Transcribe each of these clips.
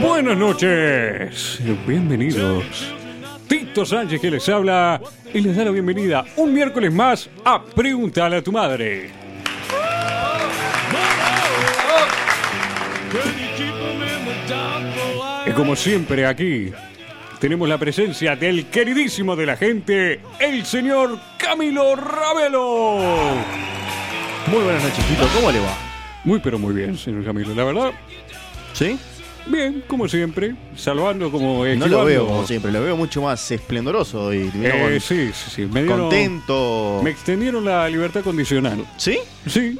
Buenas noches, bienvenidos. Tito Sánchez que les habla y les da la bienvenida un miércoles más a Pregúntale a tu madre. Y como siempre aquí tenemos la presencia del queridísimo de la gente, el señor Camilo Ravelo. Muy buenas noches, Tito. ¿Cómo le va? Muy pero muy bien, señor Camilo, la verdad. ¿Sí? Bien, como siempre, salvando como No lo esquivando. veo como siempre, lo veo mucho más esplendoroso y Eh, digamos, sí, sí, sí. Me dieron- contento. Me extendieron la libertad condicional. ¿Sí? Sí.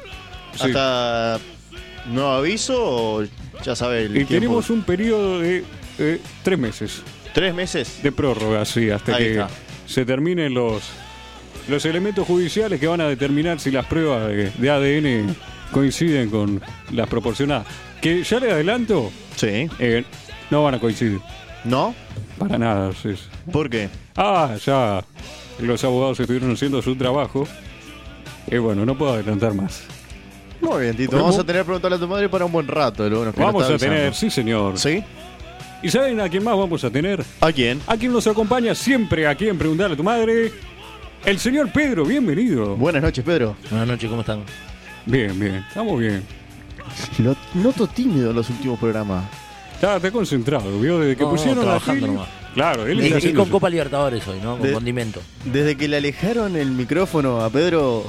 sí. ¿Hasta no aviso o ya sabe el y tiempo? tenemos un periodo de eh, tres meses ¿Tres meses? de prórroga, sí, hasta Ahí que está. se terminen los, los elementos judiciales que van a determinar si las pruebas de, de ADN coinciden con las proporcionadas. Que ya le adelanto, Sí. eh, no van a coincidir. ¿No? Para nada. sí, sí. ¿Por qué? Ah, ya. Los abogados estuvieron haciendo su trabajo. Y bueno, no puedo adelantar más. Muy bien, Tito. Bueno, Vamos vos- a tener que preguntarle a tu madre para un buen rato. lo bueno que nos Vamos está a tener, avisando. sí señor. ¿Sí? ¿Y saben a quién más vamos a tener? ¿A quién? A quien nos acompaña siempre aquí en Preguntarle a tu Madre, el señor Pedro, bienvenido. Buenas noches, Pedro. Buenas noches, ¿cómo están? Bien, bien, estamos bien. Lo noto tímido en los últimos programas. Está, está concentrado, vio, desde que No, pusieron la trabajando tele- nomás. Claro, él Y- está y haciendo con su- Copa Libertadores hoy, ¿no? Con De- condimento. Desde que le alejaron el micrófono a Pedro,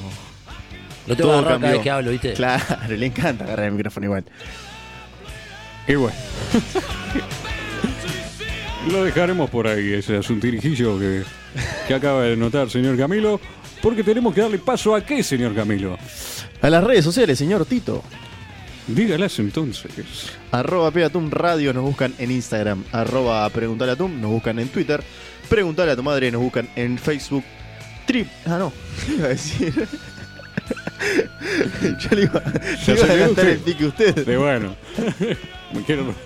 Lo tengo todo agarrado cambió. cada vez que hablo, ¿viste? Claro, le encanta agarrar el micrófono igual. Y bueno. Lo dejaremos por ahí, ese asuntirijillo que, que acaba de notar, señor Camilo. Porque tenemos que darle paso a qué, señor Camilo. A las redes sociales, señor Tito. Dígalas entonces. Arroba Pegatum Radio nos buscan en Instagram. Arroba Preguntale a Tum nos buscan en Twitter. Preguntale a tu madre nos buscan en Facebook. Trip. Ah, no. ¿Qué iba a decir? Yo le iba, Ya se le iba a dio adelantar usted. el pique a usted. De bueno. Me quiero.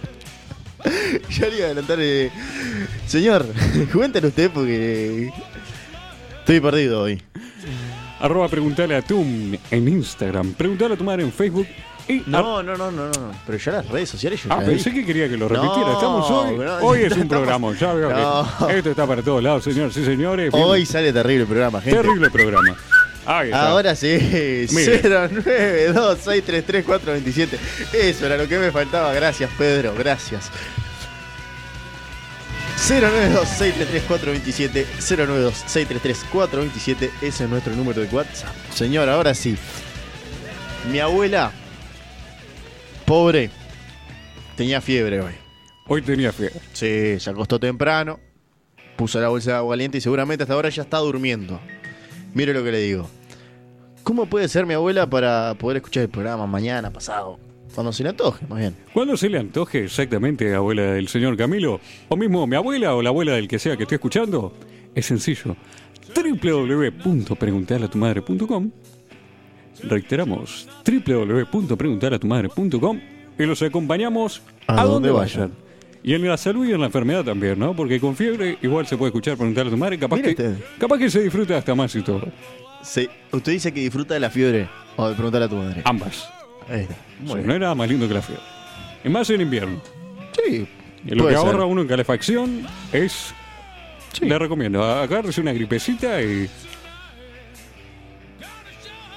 Ya le iba a adelantar. eh, Señor, cuéntenos usted porque. Estoy perdido hoy. Arroba preguntale a Tum en Instagram. Preguntale a tu madre en Facebook. Y ar- No, no, no, no, no. Pero ya las redes sociales yo Ah, ya pensé dije. que quería que lo No, repitiera. Estamos hoy. no, hoy es un estamos- programa. Ya veo No. que esto está para todos lados, señores y señores. Bien. Hoy sale terrible el programa, gente. Terrible programa. Ahí está. Ahora sí, 092633427. Eso era lo que me faltaba. Gracias, Pedro, gracias. 092633427, 092633427, ese es nuestro número de WhatsApp. Señor, ahora sí. Mi abuela, pobre, tenía fiebre hoy. Hoy tenía fiebre. Sí, se acostó temprano, puso la bolsa de agua caliente y seguramente hasta ahora ya está durmiendo. Mire lo que le digo. ¿Cómo puede ser mi abuela para poder escuchar el programa mañana, pasado? Cuando se le antoje, más bien. Cuando se le antoje exactamente, abuela del señor Camilo, o mismo mi abuela o la abuela del que sea que esté escuchando, es sencillo. www.preguntalatumadre.com Reiteramos, www.preguntalatumadre.com y los acompañamos A a, donde donde vayan. vayan. Y en la salud y en la enfermedad también, ¿no? Porque con fiebre igual se puede escuchar preguntarle a tu madre, capaz, Mire que, usted. capaz que se disfruta hasta más y todo. Sí, usted dice que disfruta de la fiebre. O de preguntarle a tu madre. Ambas. Ahí está. Muy O sea, bien. Ah, no hay nada más lindo que la fiebre. Y más en invierno. Sí, Y lo puede que ser. ahorra uno en calefacción es. Le recomiendo, agárrese una gripecita y.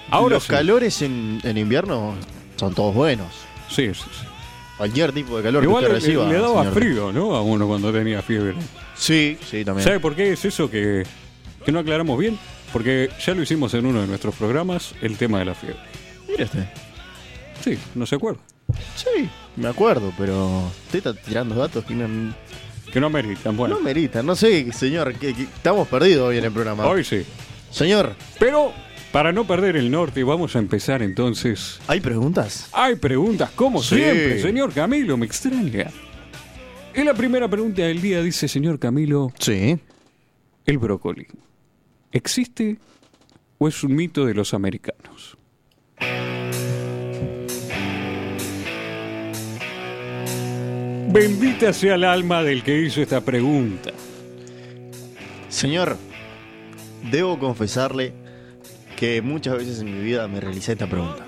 Ahora Los sí. calores en, en invierno son todos buenos. Sí, sí, sí. Cualquier tipo de calor Igual que le, usted reciba. le daba señor. frío, ¿no? A uno cuando tenía fiebre. Sí, sí, también. ¿Sabe por qué es eso que, que no aclaramos bien? Porque ya lo hicimos en uno de nuestros programas, el tema de la fiebre. Mire usted. Sí, no se acuerda. Sí, me acuerdo, pero usted está tirando datos que no, Que no ameritan. Bueno, No merita, no sé, señor, que, que estamos perdidos hoy en el programa. hoy sí. Señor, Pero para no perder el norte, vamos a empezar entonces. ¿hay preguntas? Hay preguntas, como Sí. siempre, señor Camilo, me extraña. En la primera pregunta del día dice, señor Camilo, Sí. el brócoli. ¿Existe o es un mito de los americanos? Bendita sea el alma del que hizo esta pregunta. Señor, debo confesarle que muchas veces en mi vida me realicé esta pregunta.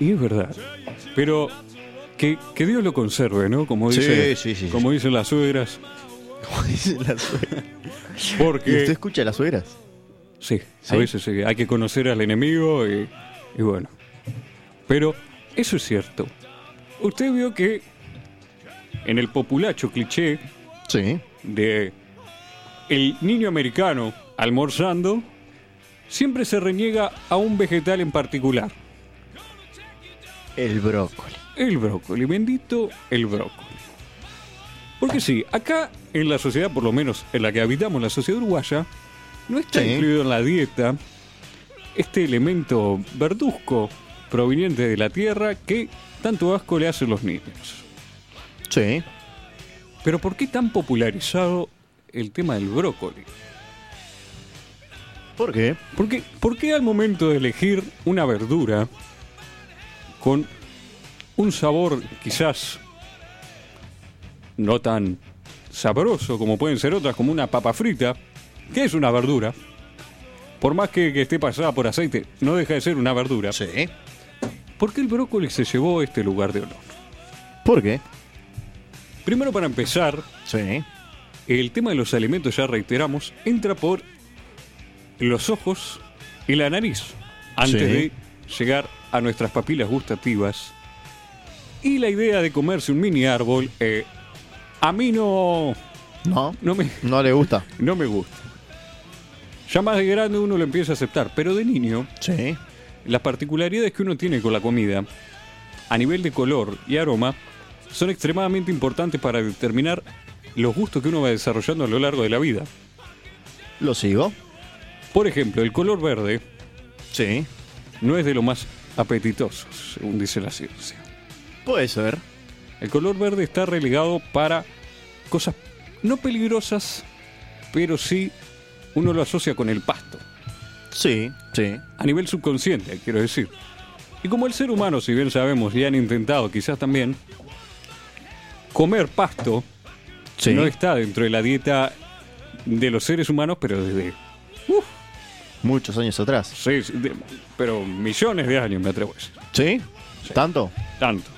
Y es verdad. Pero que, que Dios lo conserve, ¿no? Como, Sí, dice, sí, sí, sí. como dicen las suegras. Como dice la suegra. ¿Y Porque. usted escucha a las suegras? Sí, ¿Sí? a veces sí, hay que conocer al enemigo y, y bueno. Pero eso es cierto. Usted vio que en el populacho cliché Sí. de el niño americano almorzando, siempre se reniega a un vegetal en particular. El brócoli. El brócoli, bendito el brócoli. Porque sí, acá en la sociedad, por lo menos en la que habitamos, la sociedad uruguaya, no está Sí. incluido en la dieta este elemento verduzco proveniente de la tierra que tanto asco le hacen los niños. Sí. Pero ¿por qué tan popularizado el tema del brócoli? ¿Por qué? ¿Por qué, por qué al momento de elegir una verdura con un sabor quizás no tan sabroso como pueden ser otras, como una papa frita, que es una verdura, por más que, que esté pasada por aceite, no deja de ser una verdura, Sí. ¿por qué el brócoli se llevó a este lugar de honor? ¿Por qué? Primero para empezar, Sí. el tema de los alimentos, ya reiteramos, entra por los ojos y la nariz antes Sí. de llegar a nuestras papilas gustativas. Y la idea de comerse un mini árbol, eh, a mí no, No. no, me, No le gusta. no me gusta. Ya más de grande uno lo empieza a aceptar, pero de niño, Sí. las particularidades que uno tiene con la comida, a nivel de color y aroma, son extremadamente importantes para determinar los gustos que uno va desarrollando a lo largo de la vida. ¿Lo sigo? Por ejemplo, el color verde Sí. no es de lo más apetitoso, según dice la ciencia. Puede ser. El color verde está relegado para cosas no peligrosas, pero sí uno lo asocia con el pasto, Sí. Sí. a nivel subconsciente, quiero decir. Y como el ser humano, si bien sabemos y han intentado quizás también, comer pasto Sí. no está dentro de la dieta de los seres humanos, pero desde... uf, Muchos años atrás. seis- de- pero millones de años, me atrevo a decir. ¿Sí? ¿Tanto? Tanto.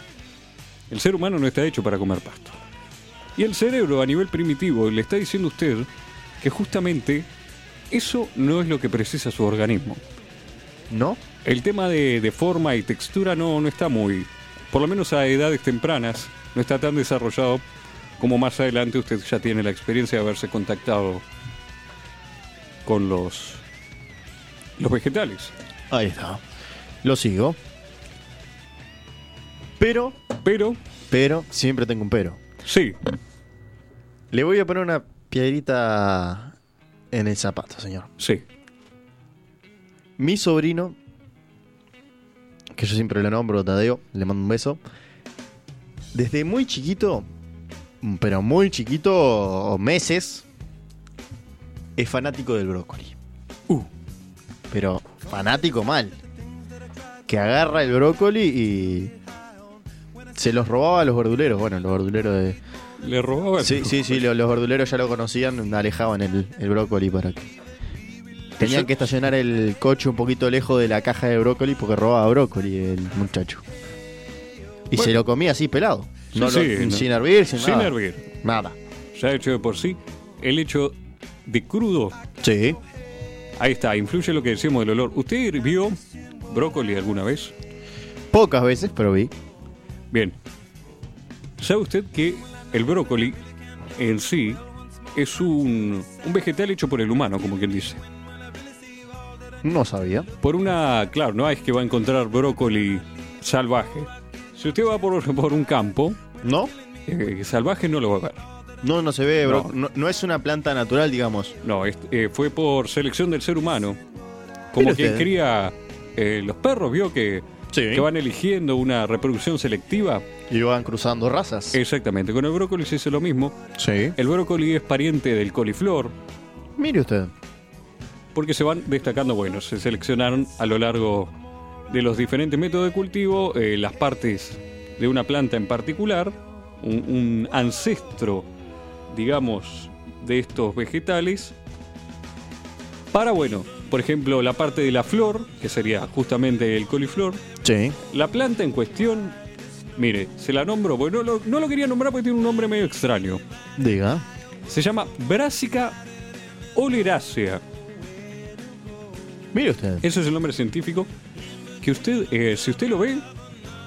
El ser humano no está hecho para comer pasto. Y el cerebro a nivel primitivo le está diciendo a usted que justamente eso no es lo que precisa su organismo. ¿No? El tema de, de forma y textura no, no está muy, por lo menos a edades tempranas, no está tan desarrollado como más adelante usted ya tiene la experiencia de haberse contactado con los, los vegetales. Ahí está. Lo sigo. Pero, Pero, pero, siempre tengo un pero. sí, Le voy a poner una piedrita en el zapato, señor. sí, Mi sobrino, que yo siempre lo nombro, Tadeo, le mando un beso. Desde muy chiquito, mm, pero muy chiquito, o meses, es fanático del brócoli. Uh. Pero fanático mal. Que agarra el brócoli y se los robaba a los verduleros. Bueno, los verduleros de, le robaba el Sí, sí, sí, lo- los, verduleros ya lo conocían, alejaban el, el brócoli para que. Tenían que estacionar el coche un poquito lejos de la caja de brócoli porque robaba brócoli el muchacho. Y se lo comía así pelado. Sí, No lo- sí, no. sin hervir, sin, sin nada. hervir. Nada. ya hecho de por sí, el hecho de crudo, Sí. ahí está, influye lo que decíamos del olor. ¿Usted vio brócoli alguna vez? Pocas veces, pero vi. Bien. ¿Sabe usted que el brócoli en sí es un, un vegetal hecho por el humano, como quien dice? No sabía. Por una, claro, no es que va a encontrar brócoli salvaje. Si usted va por, por un campo, ¿No? eh, salvaje no lo va a ver. No, no se ve. No. bro- No. no es una planta natural, digamos. No, es- eh, fue por selección del ser humano. Como Mire quien usted. cría eh, los perros, vio que, Sí. que van eligiendo una reproducción selectiva. Y van cruzando razas. Eh, Exactamente, con el brócoli se hizo lo mismo. Sí. El brócoli es pariente del coliflor, Mire usted. porque se van destacando, bueno, se seleccionaron a lo largo de los diferentes métodos de cultivo eh, las partes de una planta en particular, un, un ancestro, digamos, de estos vegetales, para, bueno, por ejemplo, la parte de la flor, que sería justamente el coliflor. Sí. La planta en cuestión, mire, se la nombro, porque no lo, no lo quería nombrar porque tiene un nombre medio extraño. Diga. Se llama Brassica oleracea. Mire usted. Ese es el nombre científico. Que usted, eh, si usted lo ve,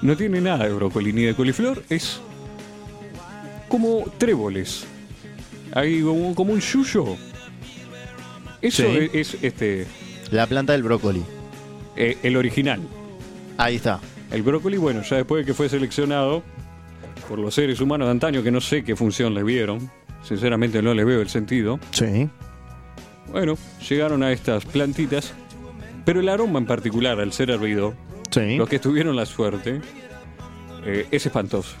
no tiene nada de brócoli ni de coliflor. Es como tréboles. Ahí como, como un yuyo. Eso Sí. es, es, este La planta del brócoli. eh, el original. Ahí está. El brócoli, bueno, ya después de que fue seleccionado por los seres humanos de antaño, que no sé qué función le vieron. Sinceramente no le veo el sentido. Sí. Bueno, llegaron a estas plantitas, pero el aroma en particular, al ser hervido, Sí. los que tuvieron la suerte, eh, es espantoso.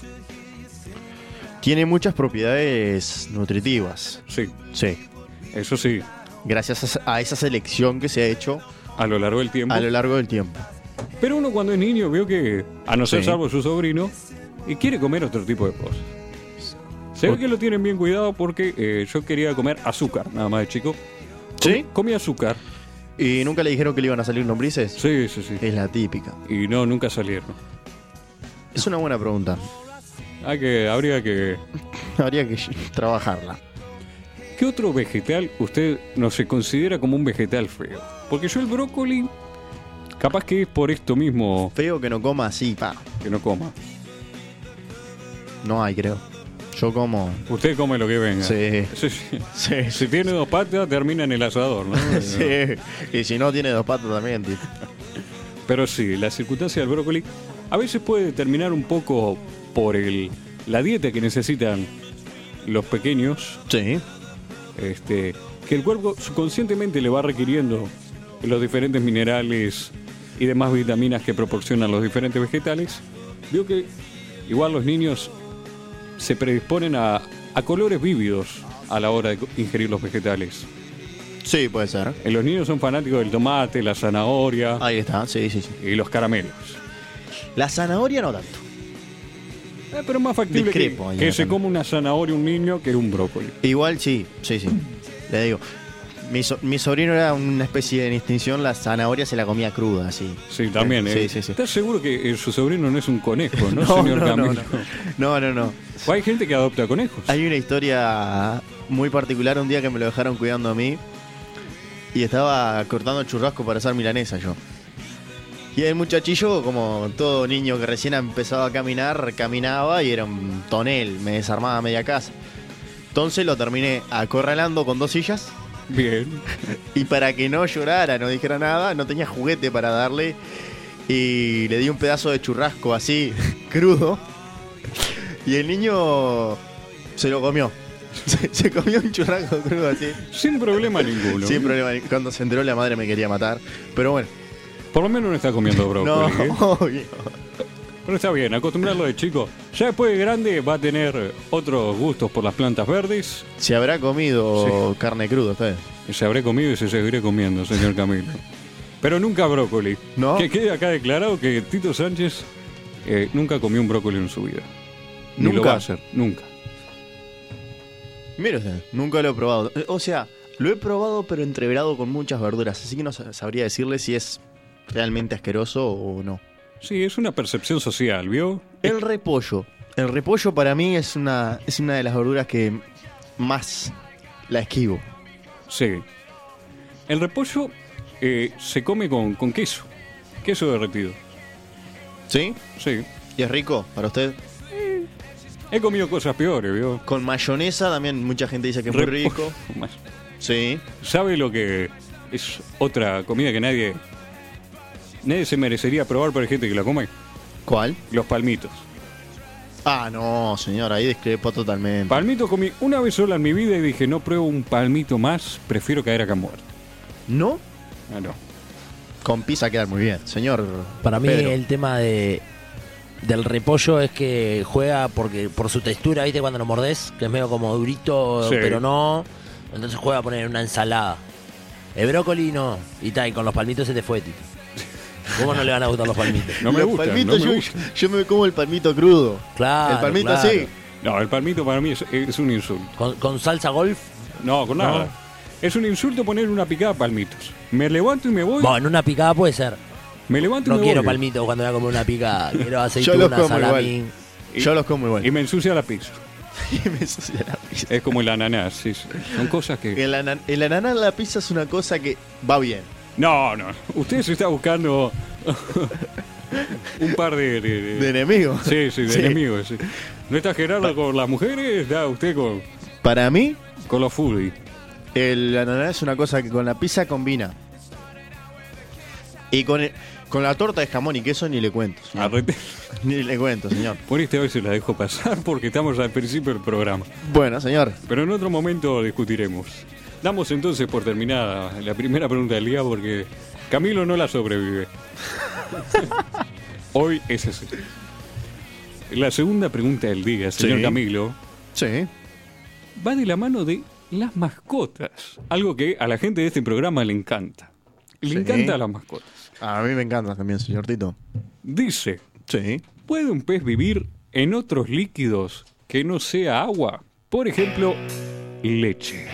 Tiene muchas propiedades nutritivas. Sí, Sí. eso sí, Gracias a, a esa selección que se ha hecho a lo largo del tiempo. a lo largo del tiempo. Pero uno cuando es niño, veo que, a no ser Ah, Sí. salvo su sobrino, y quiere comer otro tipo de cosas. Se ve que lo tienen bien cuidado porque eh, yo quería comer azúcar, nada más de chico. Com- ¿Sí? Comí azúcar. ¿Y nunca le dijeron que le iban a salir lombrices? Sí, sí, sí. Es la típica. Y no, nunca salieron. Es una buena pregunta. Hay que, habría que Habría que trabajarla. ¿Qué otro vegetal usted no se considera como un vegetal feo? Porque yo el brócoli, capaz que es por esto mismo Feo que no coma así, pa. que no coma. No hay, creo. Yo como. Usted come lo que venga. Sí. Sí, sí. Sí. Si tiene dos patas, termina en el asador, ¿no? Sí. Y si no, tiene dos patas también, tío. Pero sí, la circunstancia del brócoli a veces puede determinar un poco por el, la dieta que necesitan los pequeños, Sí. este, que el cuerpo subconscientemente le va requiriendo los diferentes minerales y demás vitaminas que proporcionan los diferentes vegetales, veo que igual los niños se predisponen a, a colores vívidos a la hora de co- ingerir los vegetales. Sí, puede ser. Eh, Los niños son fanáticos del tomate, la zanahoria Ahí está, sí, sí, sí. y los caramelos. La zanahoria no tanto. Eh, pero es más factible que, Discrepo ahí que acá se también. coma una zanahoria un niño que un brócoli. Igual sí, sí, sí. Le digo. Mi, so- mi sobrino era una especie de distinción, la zanahoria se la comía cruda, así. Sí, también. Sí, eh. sí, sí. ¿Estás seguro que eh, su sobrino no es un conejo, no, No, señor no, no, Camilo? no. No, no, no. O hay gente que adopta conejos. Hay una historia muy particular un día que me lo dejaron cuidando a mí y estaba cortando churrasco para hacer milanesa yo. Y el muchachillo, como todo niño que recién ha empezado a caminar, caminaba y era un tonel, me desarmaba media casa. Entonces lo terminé acorralando con dos sillas Bien. y para que no llorara, no dijera nada, no tenía juguete para darle. Y le di un pedazo de churrasco así, crudo. Y el niño se lo comió. Se, se comió un churrasco crudo así. Sin problema ninguno. Sin problema. Cuando se enteró la madre me quería matar. Pero bueno. Por lo menos no está comiendo No, brócoli. ¿eh? obvio. Pero está bien, acostumbrarlo de chico. Ya después de grande va a tener otros gustos por las plantas verdes. Se habrá comido carne cruda usted. Y Se habré comido y se seguiré comiendo, señor Camilo. Pero nunca brócoli. No. Que quede acá declarado que Tito Sánchez eh, nunca comió un brócoli en su vida. Ni lo Nunca. va a hacer, nunca. Mire usted, nunca lo he probado. Eh, O sea, lo he probado pero entreverado con muchas verduras. Así que no sa- sabría decirle si es realmente asqueroso o no. Sí, es una percepción social, ¿vio? El repollo. El repollo para mí es una, es una de las verduras que más la esquivo. Sí. El repollo eh, se come con, con queso. Queso derretido. ¿Sí? Sí. ¿Y es rico para usted? He comido cosas peores, ¿vio? Con mayonesa también mucha gente dice que es muy rico. Bueno, Sí. ¿Sabe lo que es otra comida que nadie nadie se merecería probar, pero hay gente que la come? ¿Cuál? Los palmitos. Ah, no, señor, ahí discrepo totalmente. Palmitos comí una vez sola en mi vida y dije, no pruebo un palmito más, prefiero caer acá muerto. ¿No? Ah, no. Con pizza queda muy bien, señor. Para mí Pedro. el tema de del repollo es que juega porque por su textura, ¿viste? Cuando lo mordés, que es medio como durito, Sí. pero no. Entonces juega a poner una ensalada. El brócoli no. Y tal, y con los palmitos se te fue, Tito. ¿Cómo no le van a gustar los palmitos? No me Los gusta. palmitos, no, me yo, gusta. yo me como el palmito crudo. Claro, El palmito claro. así. No, el palmito para mí es, es un insulto. Con, con salsa golf, No, con nada. Es un insulto poner una picada palmitos. Me levanto y me voy. Bueno, en una picada puede ser. Me levanto y No me quiero voy. palmitos cuando voy a comer una picada. Quiero Yo los aceituna, como salami. igual. Yo los como igual. Y me ensucia la pizza. Y me ensucia la pizza. Es como el ananás. sí, sí. Son cosas que. El, ana- el ananá en la pizza es una cosa que va bien. No, no. Usted se está buscando un par de. de- de- De enemigo. Eh, Sí, sí, de enemigos. sí. No está Gerardo con las mujeres, está usted con, Para mí, con los foodies. el ananá es una cosa que con la pizza combina. Y con, el- con la torta de jamón y queso ni le cuento. señor. Arrete- Ni le cuento, señor. Por esta vez se la dejo pasar porque estamos al principio del programa. Bueno, señor. Pero en otro momento discutiremos. Damos entonces por terminada la primera pregunta del día porque Camilo no la sobrevive. Hoy es ese. La segunda pregunta del día, señor Sí. Camilo, Sí. va de la mano de las mascotas. Algo que a la gente de este programa le encanta. Le Sí. encantan las mascotas. A mí me encanta también, señor Tito. Dice, Sí. ¿puede un pez vivir en otros líquidos que no sea agua? Por ejemplo, leche.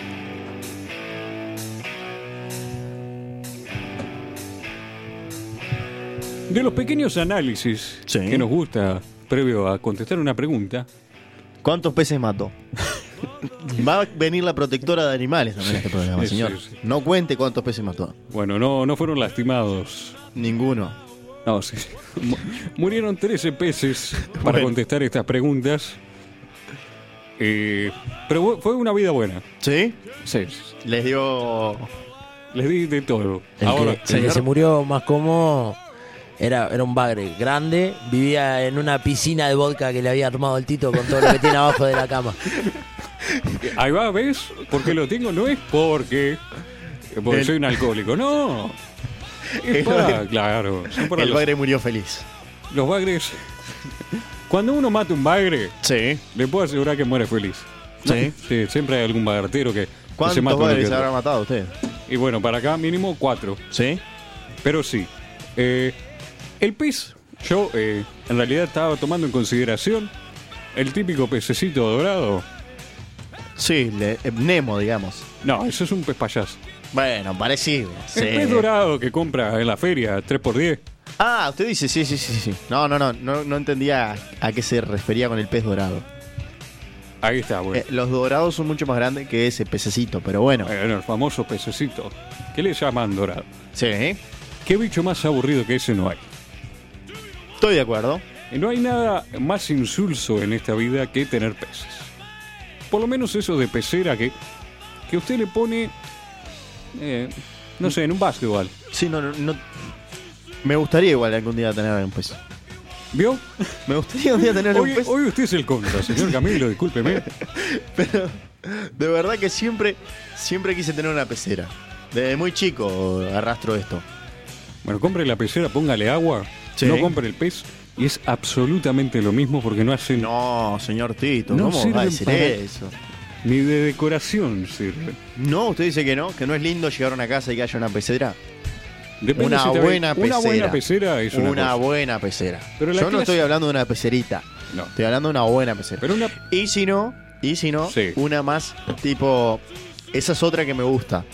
De los pequeños análisis Sí. que nos gusta previo a contestar una pregunta, ¿Cuántos peces mató? Va a venir la protectora de animales también a este programa, Sí, señor. sí, sí. No cuente cuántos peces mató. bueno, no, no fueron lastimados. Ninguno. No, sí. Mu- Murieron 13 peces para Bueno. contestar estas preguntas. Eh, pero bu- fue una vida buena. ¿Sí? Sí. Les dio. Les di de todo. El, Ahora, que, el que se murió más como era, era un bagre grande, vivía en una piscina de vodka que le había armado el Tito con todo lo que tiene abajo de la cama. ahí va, ¿ves? Porque lo tengo no es porque, porque El- soy un alcohólico, no. Es El para- bagre- claro, son para el los, bagre murió feliz. los bagres. Cuando uno mata un bagre, Sí. le puedo asegurar que muere feliz. Sí. Sí, siempre hay algún bagartero que, que se ¿Cuántos mata uno que bagres otro. habrá matado usted? Y bueno, para acá mínimo cuatro. Sí. Pero sí. eh, el pez, yo eh, en realidad estaba tomando en consideración el típico pececito dorado. Sí, le- eh, Nemo, digamos. No, eso es un pez payaso. Bueno, parecido. Sí. El pez dorado que compra en la feria 3x10. Ah, usted dice, sí, sí, sí, sí. No, no, no, no, no entendía a qué se refería con el pez dorado. Ahí está, bueno. Eh, los dorados son mucho más grandes que ese pececito, pero bueno. Bueno, el famoso pececito. ¿Qué le llaman dorado? Sí. ¿Qué bicho más aburrido que ese no hay? Estoy de acuerdo. Y No hay nada más insulso en esta vida que tener peces. Por lo menos eso de pecera que, que usted le pone, eh, no sé, en un básquetbol. Sí, no, no, no- Me gustaría igual algún día tener un pez. ¿Vio? Me gustaría un día tener Hoy, un pez. hoy usted es el contra, señor Camilo, discúlpeme. Pero de verdad que siempre, siempre quise tener una pecera. Desde muy chico arrastro esto. Bueno, compre la pecera, póngale agua, Sí. no compre el pez y es absolutamente lo mismo porque no hace No, señor Tito, No ¿cómo va sirven a decir para- eso? ni de decoración sirve. No, usted dice que no, que no es lindo llegar a una casa y que haya una pecera. Depende Una si te- buena Una buena pecera. pecera es una, Una, cosa. buena pecera. Pero la Yo no clase- estoy hablando de una pecerita, No. estoy hablando de una buena pecera. Pero una Y si no, y si no, Sí. una más tipo. Esa es otra que me gusta.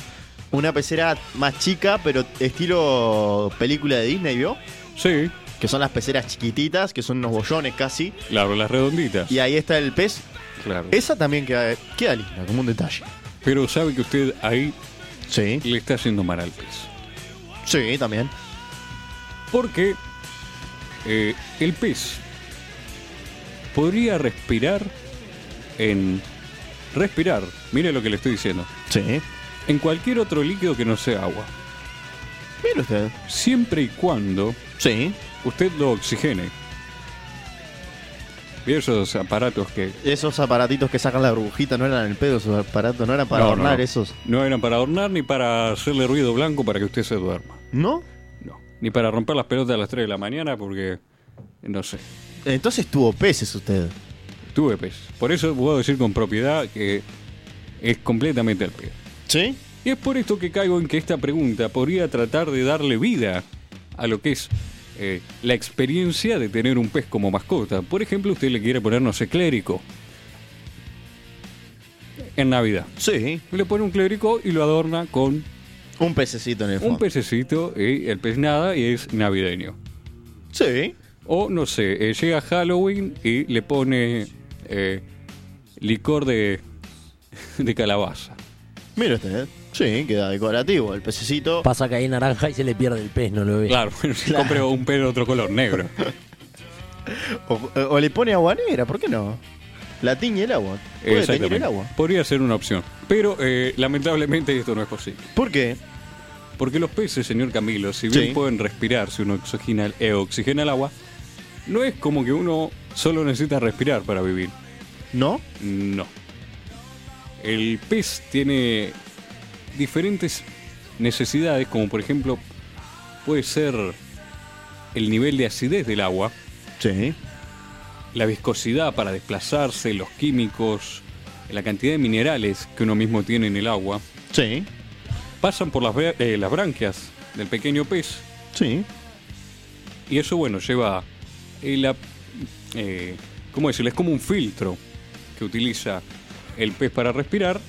Una pecera más chica, pero estilo película de Disney, ¿vio? sí, Que son las peceras chiquititas, que son unos bollones casi. claro, las redonditas. Y ahí está el pez. Claro. Esa también queda, queda linda, como un detalle. Pero sabe que usted ahí Sí. le está haciendo mal al pez. Sí, también. Porque eh, el pez podría respirar en. Respirar, mire lo que le estoy diciendo. Sí. En cualquier otro líquido que no sea agua. Mire usted. Siempre y cuando Sí. usted lo oxigene. ¿Vio esos aparatos que. Esos aparatitos que sacan la burbujita no eran el pedo, esos aparatos no eran para No, no, adornar no. esos. No eran para adornar ni para hacerle ruido blanco para que usted se duerma. ¿No? No. Ni para romper las pelotas a las 3 de la mañana porque. No sé. Entonces tuvo peces usted. Tuve pez. Por eso puedo decir con propiedad que es completamente al pez. ¿Sí? Y es por esto que caigo en que esta pregunta podría tratar de darle vida a lo que es eh, la experiencia de tener un pez como mascota. Por ejemplo, usted le quiere poner, no sé, clérigo. en Navidad. Sí. Y Le pone un clérigo y lo adorna con Un pececito en el fondo. un pececito y el pez nada y es navideño. Sí. O no sé, eh, llega Halloween y le pone eh, licor de, de calabaza. Mira usted. Sí, queda decorativo. El pececito. Pasa que hay naranja y se le pierde el pez, no lo ve. Claro, bueno, si compré un pez de otro color, negro. O, o le pone agua negra, ¿por qué no? La tiñe el agua. Puede teñir el Exactamente. agua. Podría ser una opción. Pero eh, lamentablemente esto no es posible. ¿Por qué? Porque los peces, señor Camilo, si bien Sí. pueden respirar si uno oxigena el, eh, oxigena el agua, no es como que uno solo necesita respirar para vivir. ¿No? No. El pez tiene diferentes necesidades, como por ejemplo puede ser el nivel de acidez del agua, Sí. la viscosidad para desplazarse, los químicos, la cantidad de minerales que uno mismo tiene en el agua, Sí. pasan por las, bra- eh, las branquias del pequeño pez Sí. y eso bueno lleva eh, la eh, cómo decirlo es como un filtro que utiliza el pez para respirar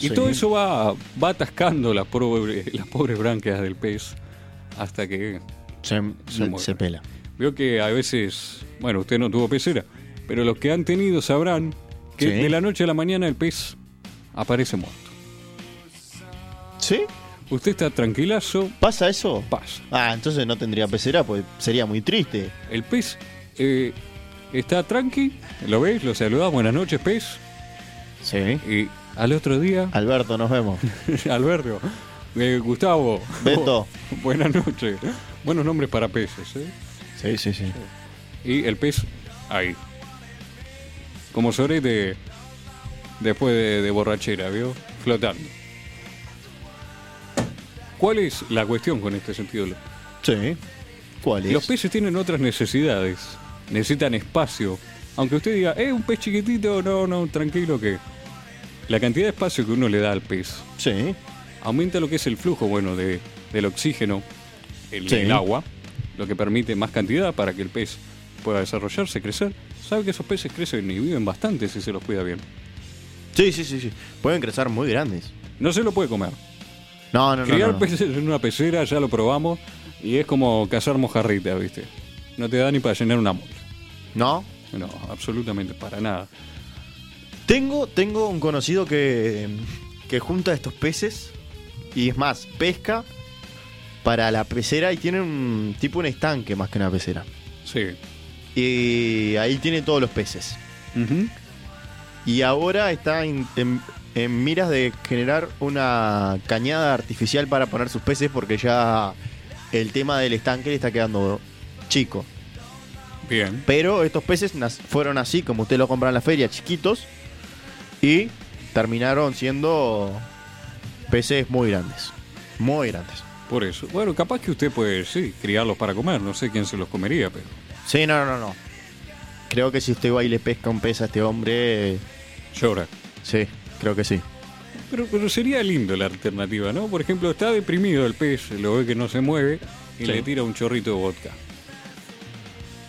y Sí. todo eso va, va atascando las pobre- las pobres branquias del pez hasta que Se, se- mueve. se pela. veo que a veces bueno usted no tuvo pecera pero los que han tenido sabrán que Sí. de la noche a la mañana el pez aparece muerto ¿Sí? usted está tranquilazo ¿Pasa eso? pasa Ah, entonces no tendría pecera, pues sería muy triste. El pez eh, está tranqui, lo ves, lo saludás, buenas noches, pez. Sí. Y al otro día, Alberto, nos vemos. Alberto, eh, Gustavo, Beto. buenas noches. Buenos nombres para peces, ¿eh? Sí, sí, sí. Y el pez ahí. Como sorete después de, de borrachera, ¿vio? Flotando. ¿Cuál es la cuestión con este sentido? Sí. ¿Cuál es? Los peces tienen otras necesidades. Necesitan espacio. Aunque usted diga, eh, un pez chiquitito, no, no, tranquilo que. La cantidad de espacio que uno le da al pez Sí. aumenta lo que es el flujo, bueno, de, del oxígeno, el, Sí. el agua, lo que permite más cantidad para que el pez pueda desarrollarse, crecer. Sabe que esos peces crecen y viven bastante si se los cuida bien. Sí, sí, sí, sí. Pueden crecer muy grandes. No se lo puede comer. No, no, no, Criar no. no. peces en una pecera, ya lo probamos, y es como cazar mojarrita, ¿viste? No te da ni para llenar una mola. No. No, absolutamente para nada. Tengo, tengo un conocido que, que junta estos peces y es más, pesca para la pecera y tiene un tipo un estanque más que una pecera. Sí. Y ahí tiene todos los peces. Y ahora está en, en- en miras de generar una cañada artificial para poner sus peces porque ya el tema del estanque le está quedando chico. Bien. Pero estos peces nas- fueron así, como usted lo compra en la feria, chiquitos. Y terminaron siendo peces muy grandes. Muy grandes. Por eso. Bueno, capaz que usted puede, sí, criarlos para comer. No sé quién se los comería, pero. Sí, no, no, no. Creo que si usted va y le pesca un pez a este hombre, eh, Llora. sí, creo que sí. Pero, pero sería lindo la alternativa, ¿no? Por ejemplo, está deprimido el pez, lo ve que no se mueve y Sí. le tira un chorrito de vodka.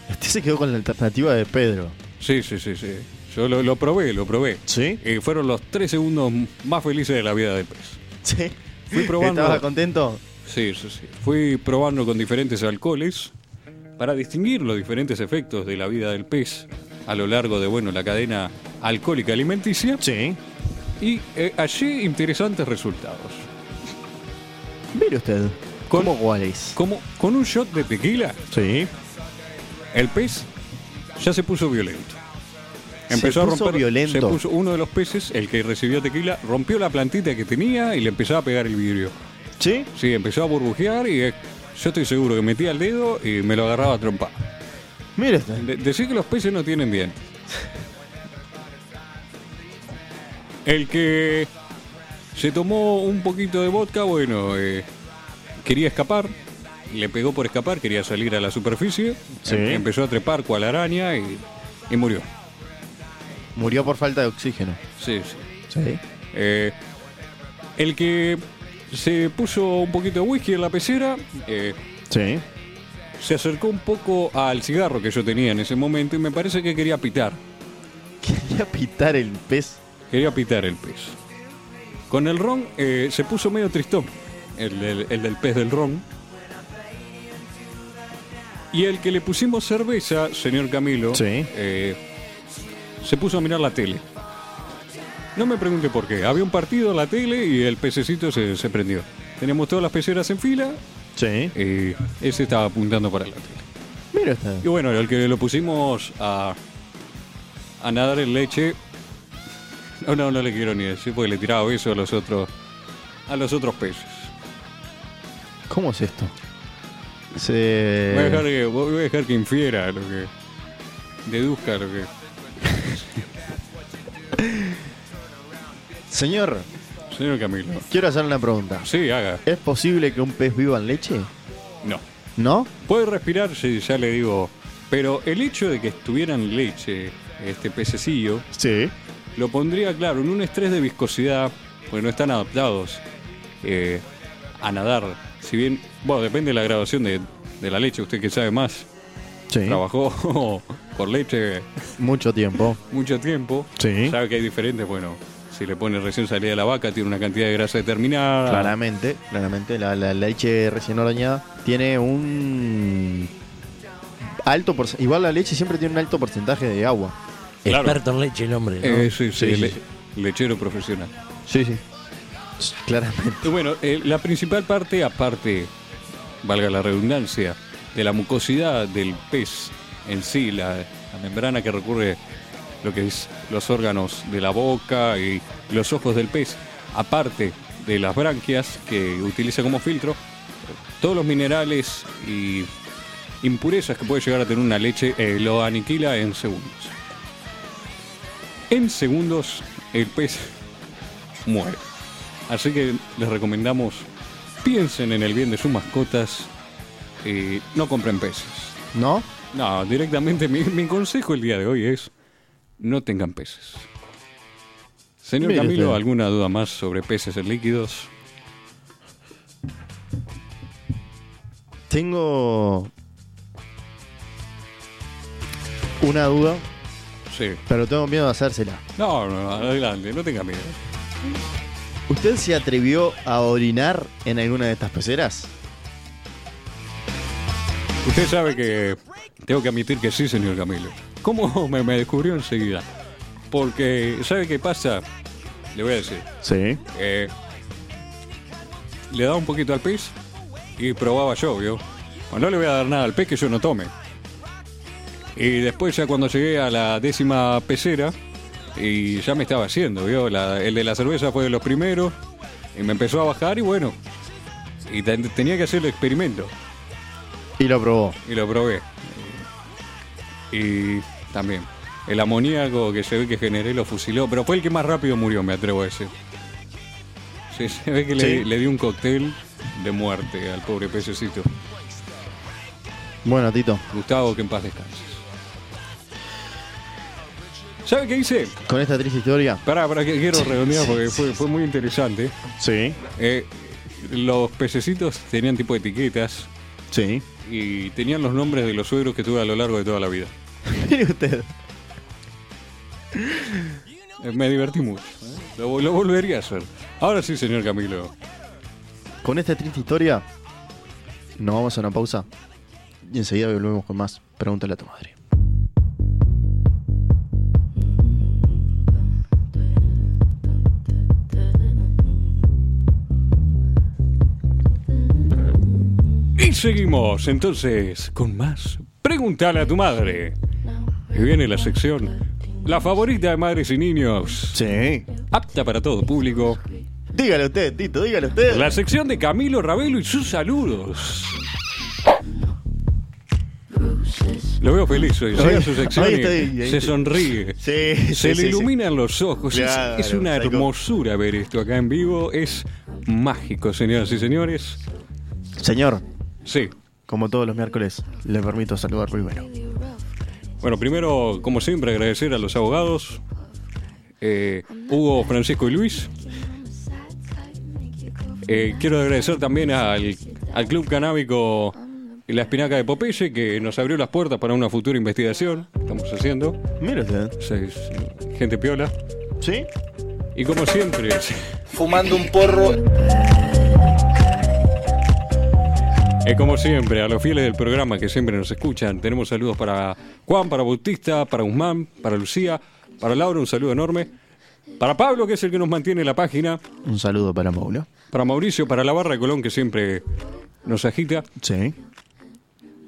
Usted Este se quedó con la alternativa de Pedro. Sí, sí, sí, sí. Yo lo, lo probé, lo probé. ¿Sí? Eh, fueron los tres segundos más felices de la vida del pez. Sí. Fui probando. ¿Estaba contento? Sí, sí, sí. Fui probando con diferentes alcoholes para distinguir los diferentes efectos de la vida del pez a lo largo de, bueno, la cadena alcohólica alimenticia Sí. y eh, allí interesantes resultados. Mire usted. Con- ¿Cómo cuál es? Como con un shot de tequila, Sí. el pez ya se puso violento. Empezó Se puso a romper. violento. Se puso uno de los peces, el que recibió tequila, rompió la plantita que tenía y le empezaba a pegar el vidrio. ¿Sí? Sí, empezó a burbujear y eh, yo estoy seguro que metía el dedo y me lo agarraba a trompar. Mire usted. De- decir que los peces no tienen dientes. El que se tomó un poquito de vodka, bueno, eh, quería escapar, le pegó por escapar, quería salir a la superficie, Sí. em- empezó a trepar cual araña y, y murió. Murió por falta de oxígeno. Sí, sí. Sí. Eh, el que se puso un poquito de whisky en la pecera, eh, Sí. se acercó un poco al cigarro que yo tenía en ese momento y me parece que quería pitar. Quería pitar el pez. Quería pitar el pez. Con el ron eh, se puso medio tristón, el del, el del pez del ron. Y el que le pusimos cerveza, señor Camilo, Sí. eh, se puso a mirar la tele. No me pregunte por qué. Había un partido en la tele y el pececito se, se prendió. Tenemos todas las peceras en fila Sí. y ese estaba apuntando para la tele. Mira esta. Y bueno, el que lo pusimos a, a nadar en leche. No, no, no le quiero ni decir, porque le tiraba eso a los otros, a los otros peces. ¿Cómo es esto? Se... Voy, a dejar que, voy a dejar que infiera lo que. deduzca lo que. Señor, Señor Camilo. quiero hacerle una pregunta. Sí, haga. ¿Es posible que un pez viva en leche? No. ¿No? Puede respirar, sí, ya le digo. Pero el hecho de que estuviera en leche este pececillo, Sí. lo pondría, claro, en un estrés de viscosidad, porque no están adaptados eh, a nadar. Si bien, bueno, depende de la graduación de, de la leche, usted que sabe más, Sí. trabajó con leche Mucho tiempo. mucho tiempo, Sí. sabe que hay diferentes, bueno, si le pone recién salida de la vaca, tiene una cantidad de grasa Ah. determinada. Claramente, claramente. La, la leche recién ordeñada tiene un alto porcentaje. Igual la leche siempre tiene un alto porcentaje de agua. Claro. Experto en leche el hombre. ¿no? Eh, sí, sí, Sí, sí, le- sí. lechero profesional. Sí, sí. Claramente. Y bueno, eh, la principal parte, aparte, valga la redundancia, de la mucosidad del pez en sí, la, la membrana que recurre lo que es los órganos de la boca y los ojos del pez, aparte de las branquias que utiliza como filtro, todos los minerales y impurezas que puede llegar a tener una leche eh, lo aniquila en segundos. En segundos el pez muere. Así que les recomendamos, piensen en el bien de sus mascotas y no compren peces. ¿No? No, directamente mi, mi consejo el día de hoy es no tengan peces. Señor Mire Camilo, usted. ¿alguna duda más sobre peces en líquidos? Tengo una duda, Sí. pero tengo miedo de hacérsela. No, no, adelante, no tenga miedo. ¿Usted se atrevió a orinar en alguna de estas peceras? Usted sabe que tengo que admitir que sí, señor Camilo. ¿Cómo me, me descubrió enseguida? Porque, ¿sabe qué pasa? Le voy a decir. Sí. Eh, le daba un poquito al pez y probaba yo, ¿vio? Bueno, no le voy a dar nada al pez que yo no tome. Y después ya cuando llegué a la décima pecera, y ya me estaba haciendo, ¿vio? La- el de la cerveza fue de los primeros, y me empezó a bajar y bueno, y ten- tenía que hacer el experimento, Y lo probó. y lo probé. Y también, el amoníaco que se ve que generé lo fusiló, pero fue el que más rápido murió, me atrevo a decir. Sí, se ve que Sí. le, le dio un cóctel de muerte al pobre pececito. Bueno, Tito, Gustavo, que en paz descanses. ¿Sabe qué hice? con esta triste historia. Pará, pará, que quiero redondear porque fue, fue muy interesante. Sí. Eh, los pececitos tenían tipo etiquetas Sí. y tenían los nombres de los suegros que tuve a lo largo de toda la vida. Mire usted. Eh, Me divertí mucho. ¿eh? Lo, vol- lo volvería a hacer. Ahora sí, señor Camilo. Con esta triste historia, nos vamos a una pausa. Y enseguida volvemos con más. Pregúntale a tu madre. Y seguimos entonces con más. Pregúntale a tu madre. Y viene la sección. La favorita de madres y niños. Sí. Apta para todo público. Dígale usted, Tito, dígale usted. La sección de Camilo Ravelo y sus saludos. Lo veo feliz hoy. Llega a su sección Ahí y está, ahí está. se sonríe. Sí, Se sí, le sí, iluminan los ojos. Es- Claro, es, una psycho. hermosura ver esto acá en vivo. Es mágico, señoras y señores. sí. Señor, Sí. como todos los miércoles, le permito saludar primero. Bueno, primero, como siempre, agradecer a los abogados. eh, Hugo, Francisco y Luis. Eh, quiero agradecer también al, al Club Canábico La Espinaca de Popeye, que nos abrió las puertas para una futura investigación. Estamos haciendo. Mire usted. O sea, es gente piola. ¿Sí? Y como siempre, fumando un porro. es como siempre, a los fieles del programa que siempre nos escuchan, tenemos saludos para Juan, para Bautista, para Guzmán, para Lucía, para Laura, un saludo enorme. Para Pablo, que es el que nos mantiene la página. Un saludo para Paulo. Para Mauricio, para la barra de Colón, que siempre nos agita. Sí.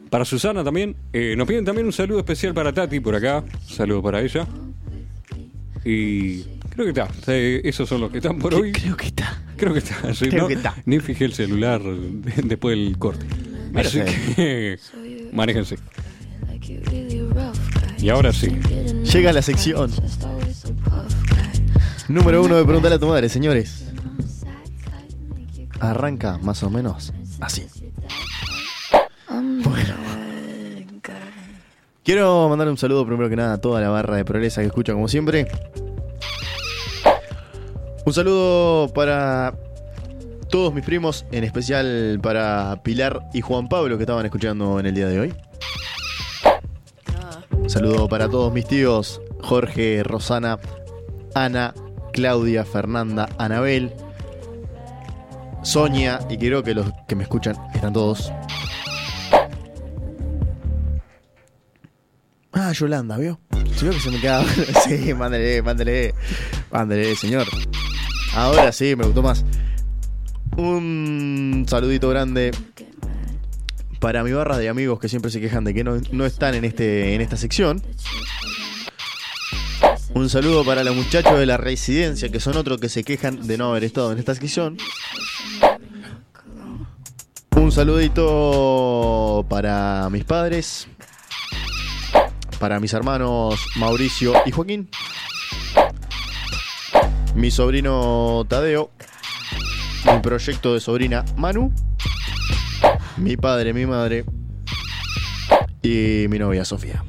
Para Susana también. Eh, nos piden también un saludo especial para Tati por acá. Saludo para ella. Y creo que está. Eh, esos son los que están por hoy. Creo que está. Creo que está. sí, creo ¿no? que está. Ni fijé el celular después del corte. Así sí. que manéjense. Y ahora sí. Llega la sección. Número uno de preguntarle a tu madre, señores. Arranca más o menos así. Quiero mandar un saludo primero que nada a toda la barra de Progresa que escucha como siempre. Un saludo para todos mis primos, en especial para Pilar y Juan Pablo que estaban escuchando en el día de hoy. Un saludo para todos mis tíos, Jorge, Rosana, Ana, Claudia, Fernanda, Anabel, Sonia y creo que los que me escuchan están todos. Ah, Yolanda, ¿vio? Si veo que se me queda. sí, mándale, mándale. Mándale, señor. Ahora sí, me gustó más. Un saludito grande para mi barra de amigos que siempre se quejan de que no, no están en, este, en esta sección. Un saludo para los muchachos de la residencia, que son otros que se quejan de no haber estado en esta sección. Un saludito para mis padres, para mis hermanos Mauricio y Joaquín, mi sobrino Tadeo, mi proyecto de sobrina Manu, mi padre, mi madre y mi novia Sofía.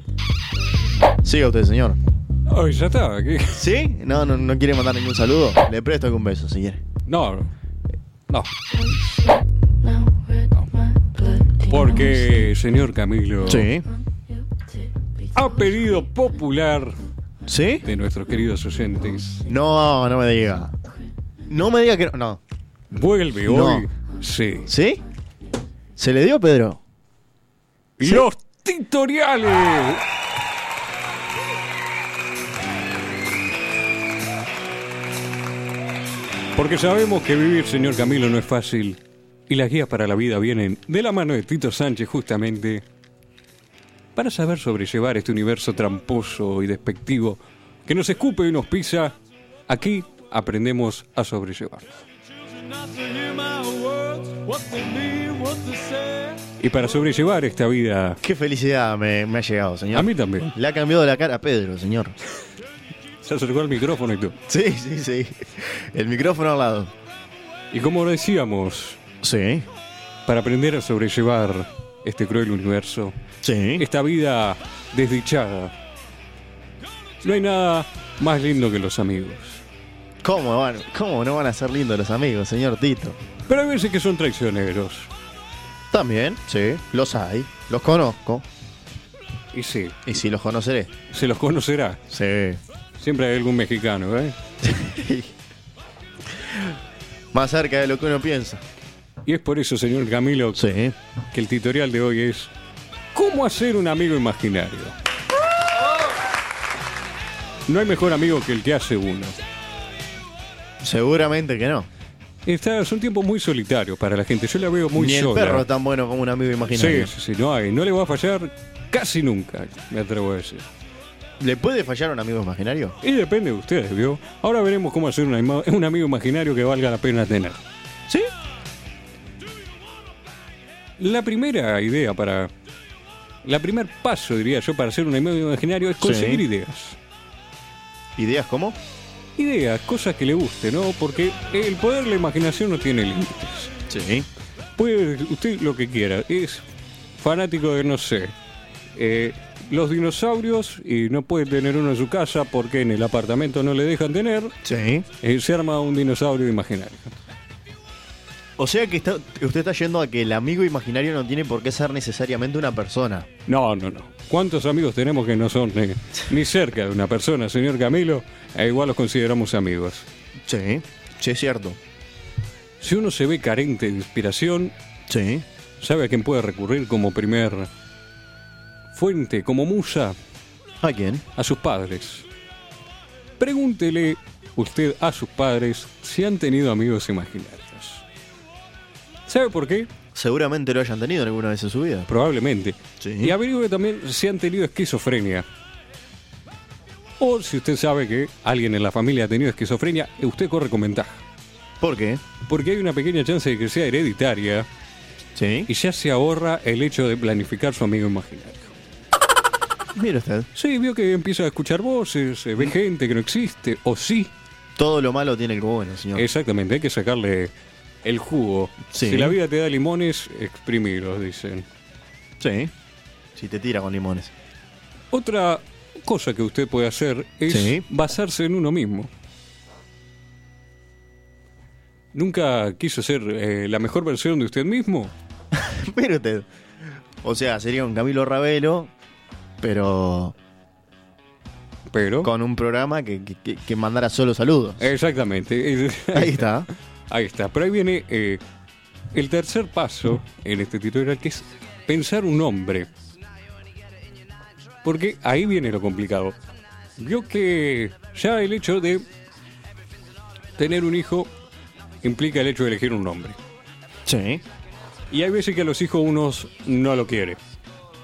Siga usted, señor. Ay, ya está. ¿qué? ¿Sí? No, no, no quiere mandar ningún saludo. Le presto algún beso si quiere. No. No. Porque, señor Camilo, ha pedido popular ¿Sí? de nuestros queridos oyentes. No, no me diga. No me diga que no. no. Vuelve No. hoy. Sí. ¿Sí? ¿Se le dio, Pedro? Sí. Los tutoriales. Porque sabemos que vivir, señor Camilo, no es fácil. Y las guías para la vida vienen de la mano de Tito Sánchez, justamente, para saber sobrellevar este universo tramposo y despectivo que nos escupe y nos pisa. Aquí aprendemos a sobrellevarlo. Y para sobrellevar esta vida, Qué felicidad me, me ha llegado, a señor. mí también. Le ha cambiado la cara a Pedro, señor. Se acercó al micrófono y todo. Sí, sí, sí. El micrófono al lado. Y como decíamos, Sí, para aprender a sobrellevar este cruel universo, sí. esta vida desdichada, no hay nada más lindo que los amigos. ¿Cómo, van, ¿Cómo no van a ser lindos los amigos, señor Tito? Pero hay veces que son traicioneros. También, sí. Los hay. Los conozco. Y sí, Y sí, los conoceré. se los conocerá. Sí. Siempre hay algún mexicano, ¿eh? Más cerca de lo que uno piensa. Y es por eso, señor Camilo, Sí. que el tutorial de hoy es ¿Cómo hacer un amigo imaginario? No hay mejor amigo que el que hace uno. Seguramente que no. Está, son tiempos muy solitarios para la gente. Yo la veo muy Ni el sola. perro es tan bueno como un amigo Sí, imaginario. sí, sí, no hay. No le va a fallar casi nunca, me atrevo a decir. ¿Le puede fallar un amigo imaginario? Y depende de ustedes, ¿vio? Ahora veremos cómo hacer una ima- un amigo imaginario que valga la pena tener. Sí. La primera idea para. La primer paso, diría yo, para hacer un amigo imaginario es conseguir Sí. ideas. ¿Ideas cómo? Ideas, cosas que le guste, ¿no? Porque el poder de la imaginación no tiene límites. Sí. Puede usted lo que quiera. Es fanático de, no sé, eh, los dinosaurios y no puede tener uno en su casa porque en el apartamento no le dejan tener. Sí. eh, se arma un dinosaurio imaginario. O sea que está- usted está yendo a que el amigo imaginario no tiene por qué ser necesariamente una persona. No, no, no. ¿Cuántos amigos tenemos que no son eh, ni cerca de una persona, señor Camilo? E igual los Eh, consideramos amigos. Sí, sí, es cierto. Si uno se ve carente de inspiración, Sí. sabe a quién puede recurrir como primer fuente, como musa, ¿A quién? a sus padres. Pregúntele usted a sus padres si han tenido amigos imaginarios. ¿Sabe por qué? Seguramente lo hayan tenido alguna vez en su vida. Probablemente. Sí. Y averigüe también si han tenido esquizofrenia. O si usted sabe que alguien en la familia ha tenido esquizofrenia, usted corre con ventaja. ¿Por qué? Porque hay una pequeña chance de que sea hereditaria Sí. y ya se ahorra el hecho de planificar su amigo imaginario. Mira usted. Sí, vio que empieza a escuchar voces, eh, ve gente que no existe, o sí. Todo lo malo tiene el bueno, señor. Exactamente, hay que sacarle el jugo. Sí. Si la vida te da limones, exprimirlos, dicen. Sí. Si te tira con limones. Otra cosa que usted puede hacer es Sí. basarse en uno mismo. ¿Nunca quiso ser eh, la mejor versión de usted mismo? Mire usted. O sea, sería un Camilo Ravelo, pero Pero... con un programa que, que- que- que mandara solo saludos. Eh. Exactamente. Ahí está. Ahí está. Pero ahí viene eh, el tercer paso en este tutorial, que es pensar un nombre. Porque ahí viene lo complicado. Vio que ya el hecho de tener un hijo implica el hecho de elegir un nombre. Sí. Y hay veces que a los hijos unos no lo quiere.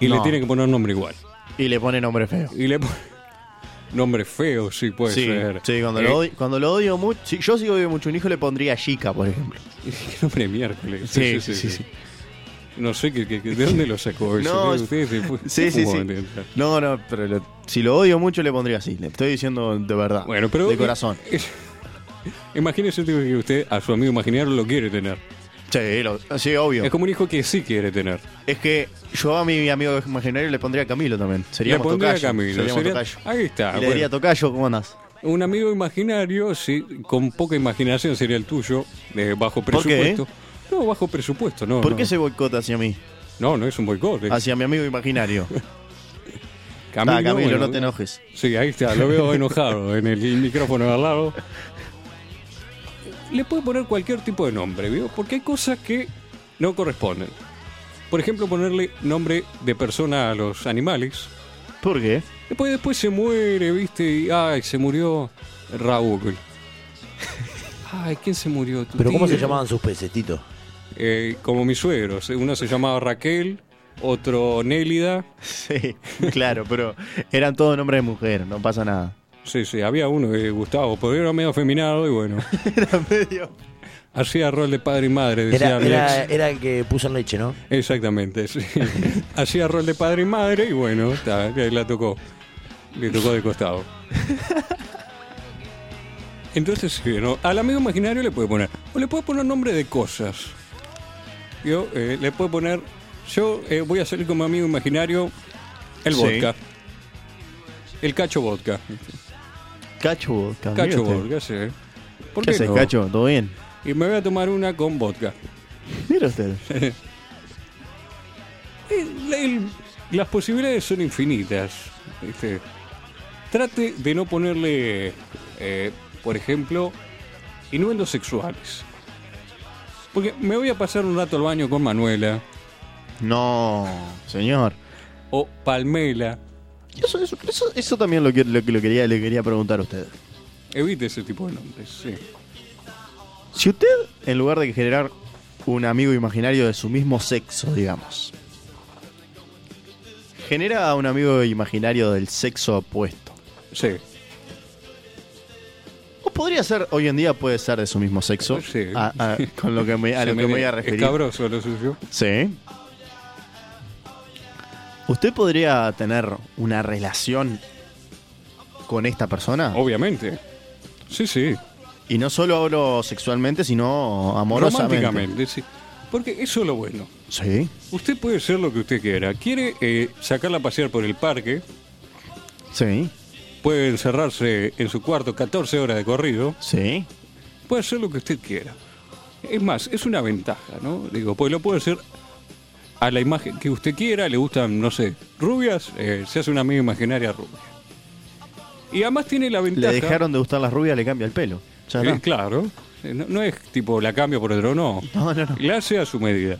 Y No. le tiene que poner nombre igual. Y le pone nombre feo. Y le pone nombre feo, sí puede sí, ser. sí, cuando, Eh, lo odio, cuando lo odio mucho. si yo sí odio mucho a un hijo, le pondría Chica, por ejemplo. Qué nombre de miércoles. Sí, sí, sí. No sé qué- qué- qué- de dónde lo sacó eso. No, ¿Qué? Ustedes se fu- Sí, sí, sí. fuman de- Uh, No, no, pero lo- si lo odio mucho, le pondría así. Le estoy diciendo de verdad. Bueno, pero. eh, De corazón. Imagínese que usted a su amigo imaginario lo quiere tener. Sí, lo- sí, obvio. Es como un hijo que sí quiere tener. Es que yo a mi amigo imaginario le pondría Camilo también. Seríamos Le pondría tocayo. Camilo, Seríamos sería- tocayo. ahí está, Y le bueno. diría tocayo, Ah, ¿cómo andás? Un amigo imaginario, sí, con poca imaginación sería el tuyo, de bajo presupuesto. No, bajo presupuesto, no. eh? ¿Por no. qué se boicota hacia mí? No, no es un boicot. es- Hacia mi amigo imaginario. Camilo, Ah, Camilo, bueno, no te enojes. Sí, ahí está, lo veo enojado en el micrófono de al lado. Le puede poner cualquier tipo de nombre, ¿vio? Porque hay cosas que no corresponden. Por ejemplo, ponerle nombre de persona a los animales. ¿Por qué? Después, después se muere, ¿viste? Y, ay, se murió Raúl. Ay, ¿quién se murió? ¿Tu Pero ¿cómo tío? se llamaban sus pecetitos? Eh, como mis suegros. Uno se llamaba Raquel, otro Nélida. Sí, claro, pero eran todos nombres de mujer, no pasa nada. Sí, sí, había uno, eh, Gustavo, pero era medio afeminado y bueno. Era medio. Hacía rol de padre y madre, decía Era, Alex. era, era el que puso en leche, ¿no? Exactamente, sí. Hacía rol de padre y madre y bueno, está, ahí la tocó. Le tocó de costado. Entonces, sí, ¿no? al amigo imaginario le puede poner. O le puede poner nombre de cosas. Yo eh, le puedo poner. Yo eh, voy a salir como amigo imaginario el Sí. vodka. El cacho vodka. Cacho vodka. mire Cacho usted. vodka, sí. ¿Por ¿Qué qué, haces, no? Cacho? ¿Todo bien? Y me voy a tomar una con vodka. Mira usted. El- el- las posibilidades son infinitas. ¿viste? Trate de no ponerle, eh, por ejemplo, innuendos sexuales. Porque me voy a pasar un rato al baño con Manuela No, señor. o Palmela. Eso, eso, eso- eso también lo, que- lo, que- lo quería, le quería preguntar a usted. Evite ese tipo de nombres. sí. Si usted, en lugar de generar un amigo imaginario de su mismo sexo, digamos, genera un amigo imaginario del sexo opuesto. Sí. O podría ser, hoy en día puede ser de su mismo sexo. Sí. A, a- con lo que me, Eh, a Se lo que me voy a es referir. cabroso lo suyo. Sí. ¿Usted podría tener una relación con esta persona? Oh. Obviamente. Sí, sí. Y no solo hablo sexualmente, sino amorosamente. Románticamente, sí. Porque eso es lo bueno. Sí. Usted puede ser lo que usted quiera. ¿Quiere eh, sacarla a pasear por el parque? Sí. Puede encerrarse en su cuarto 14 horas de corrido. Sí. Puede hacer lo que usted quiera. Es más, es una ventaja, ¿no? Digo, pues lo puede hacer a la imagen que usted quiera. Le gustan, no sé, rubias. eh, se hace una amiga imaginaria rubia. Y además tiene la Le ventaja. dejaron de gustar las rubias, le cambia el pelo. Ya Eh, está. claro. Eh, No, no es tipo la cambio por otro, no. No, no, Ah. no. La hace a su medida.